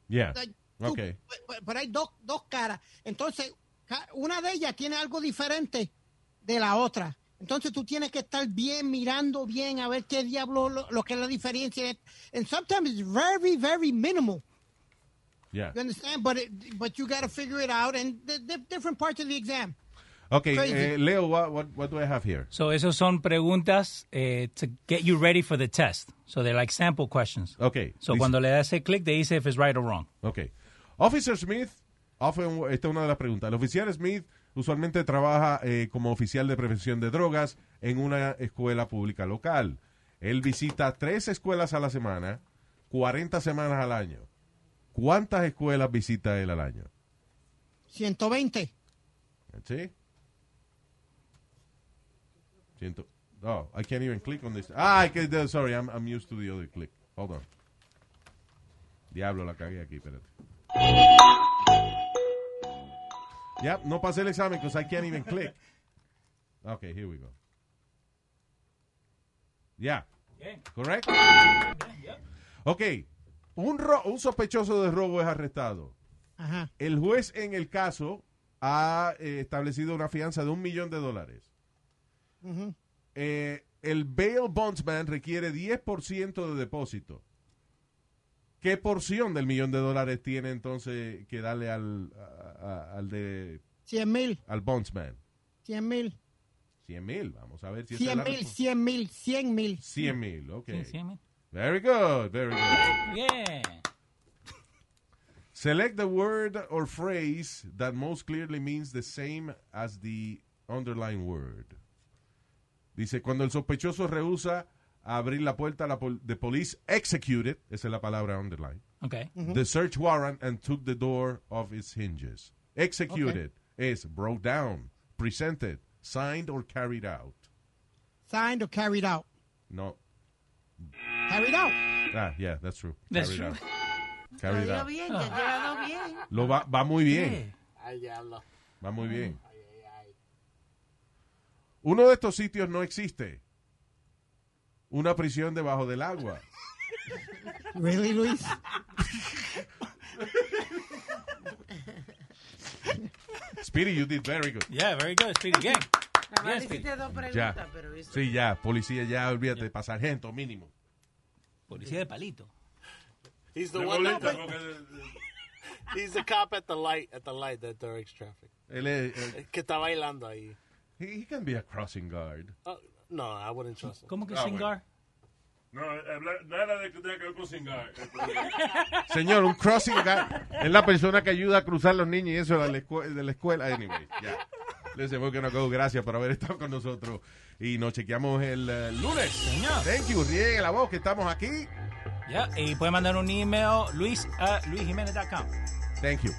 [SPEAKER 4] Yeah.
[SPEAKER 9] Like, tú-
[SPEAKER 4] Okay.
[SPEAKER 9] pe- Pero hay dos, dos caras. Entonces, ca- una de ellas tiene algo diferente de la otra. Entonces tú tienes que estar bien, mirando bien, a ver qué diablo, lo, lo que es la diferencia. And sometimes it's very, very minimal.
[SPEAKER 4] Yeah.
[SPEAKER 9] You understand? But, it, but you got to figure it out. And the, the different parts of the exam.
[SPEAKER 4] Okay,
[SPEAKER 9] Crazy.
[SPEAKER 4] eh, Leo, what, what, what do I have here?
[SPEAKER 5] So esos son preguntas eh, to get you ready for the test. So they're like sample questions.
[SPEAKER 4] Okay.
[SPEAKER 5] So
[SPEAKER 4] dice-
[SPEAKER 5] cuando le das el click, te dice if it's right or wrong.
[SPEAKER 4] Ok. Officer Smith, often- esta es una de las preguntas. El oficial Smith usualmente trabaja eh, como oficial de prevención de drogas en una escuela pública local. Él visita tres escuelas a la semana, 40 semanas al año. ¿Cuántas escuelas visita él al año?
[SPEAKER 9] 120.
[SPEAKER 4] ¿Sí? Ciento... Oh, I can't even click on this. Ah, I can, sorry, I'm, I'm used to the other click. Hold on. Diablo, la cagué aquí, espérate. Yep, no pasé el examen because I can't even click. Okay, here we go. Yeah. Correct? Ok. Un, ro- un sospechoso de robo es arrestado.
[SPEAKER 9] Ajá.
[SPEAKER 4] El juez en el caso ha eh, establecido una fianza de un millón de dólares.
[SPEAKER 9] Ujú.
[SPEAKER 4] Eh, el bail bondsman requiere 10% de depósito. ¿Qué porción del millón de dólares tiene entonces que darle al, a- a- al de
[SPEAKER 9] 100 mil,
[SPEAKER 4] al bondsman?
[SPEAKER 9] 100 mil,
[SPEAKER 4] 100 mil, vamos a ver si esa es
[SPEAKER 9] 100
[SPEAKER 4] la
[SPEAKER 9] mil,
[SPEAKER 4] respuesta.
[SPEAKER 9] 100 mil, 100 mil.
[SPEAKER 4] 100 mil, ok.
[SPEAKER 5] Sí, sí, mira.
[SPEAKER 4] Very good, very good.
[SPEAKER 5] Bien.
[SPEAKER 4] Select the word or phrase that most clearly means the same as the underlying word. Dice, cuando el sospechoso rehúsa abrir la puerta, la pol- the police executed, esa es la palabra underline,
[SPEAKER 5] Ok.
[SPEAKER 4] the search warrant and took the door off its hinges. Executed es broke down, presented, signed or carried out.
[SPEAKER 9] Signed or carried out.
[SPEAKER 4] No.
[SPEAKER 9] Carried out.
[SPEAKER 4] Ah, yeah, that's true.
[SPEAKER 5] That's
[SPEAKER 4] Carried
[SPEAKER 5] true.
[SPEAKER 4] out.
[SPEAKER 7] Lo
[SPEAKER 4] Carried
[SPEAKER 7] dio
[SPEAKER 4] out.
[SPEAKER 7] bien, ya ha llegado bien.
[SPEAKER 5] Ah.
[SPEAKER 4] Lo va, va muy bien.
[SPEAKER 6] Ay, diablo.
[SPEAKER 4] Va muy bien. Uno de estos sitios no existe. Una prisión debajo del agua.
[SPEAKER 9] Really, Luis?
[SPEAKER 4] Speedy, you did very good.
[SPEAKER 5] Yeah, very good. Speedy, bien.
[SPEAKER 7] Nada más
[SPEAKER 5] Yes,
[SPEAKER 7] le hiciste dos preguntas,
[SPEAKER 4] Ya.
[SPEAKER 7] pero eso.
[SPEAKER 4] Sí, ya, policía, ya, olvídate, para sargento mínimo.
[SPEAKER 5] Policía de palito.
[SPEAKER 6] He's the
[SPEAKER 8] De
[SPEAKER 6] one. That,
[SPEAKER 8] bolita, ¿no? Que-
[SPEAKER 6] he's the cop at the light. At the light that directs traffic.
[SPEAKER 4] Él es, eh,
[SPEAKER 6] Que está bailando ahí.
[SPEAKER 4] he, he can be a crossing guard.
[SPEAKER 6] Oh, no, I wouldn't trust him.
[SPEAKER 5] ¿Cómo que
[SPEAKER 4] Ah,
[SPEAKER 5] singar?
[SPEAKER 8] No, habla- nada de que tenga que ver con cingar.
[SPEAKER 4] Señor, un crossing guard es la persona que ayuda a cruzar los niños y eso de la, escue- de la escuela. Anyway, ya. Les digo que no go. Gracias por haber estado con nosotros. Y nos chequeamos el eh, lunes.
[SPEAKER 5] Señor.
[SPEAKER 4] Thank you. Riegue la voz que estamos aquí.
[SPEAKER 5] Ya, y puede mandar un email luis a luisjimenez.com.
[SPEAKER 4] Thank you.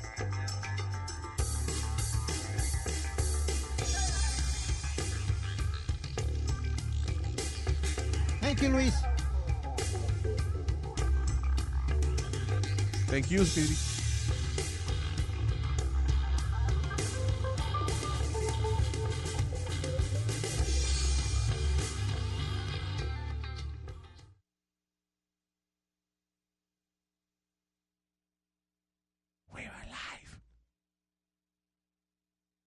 [SPEAKER 9] Thank you, Luis.
[SPEAKER 4] Thank you, Speedy.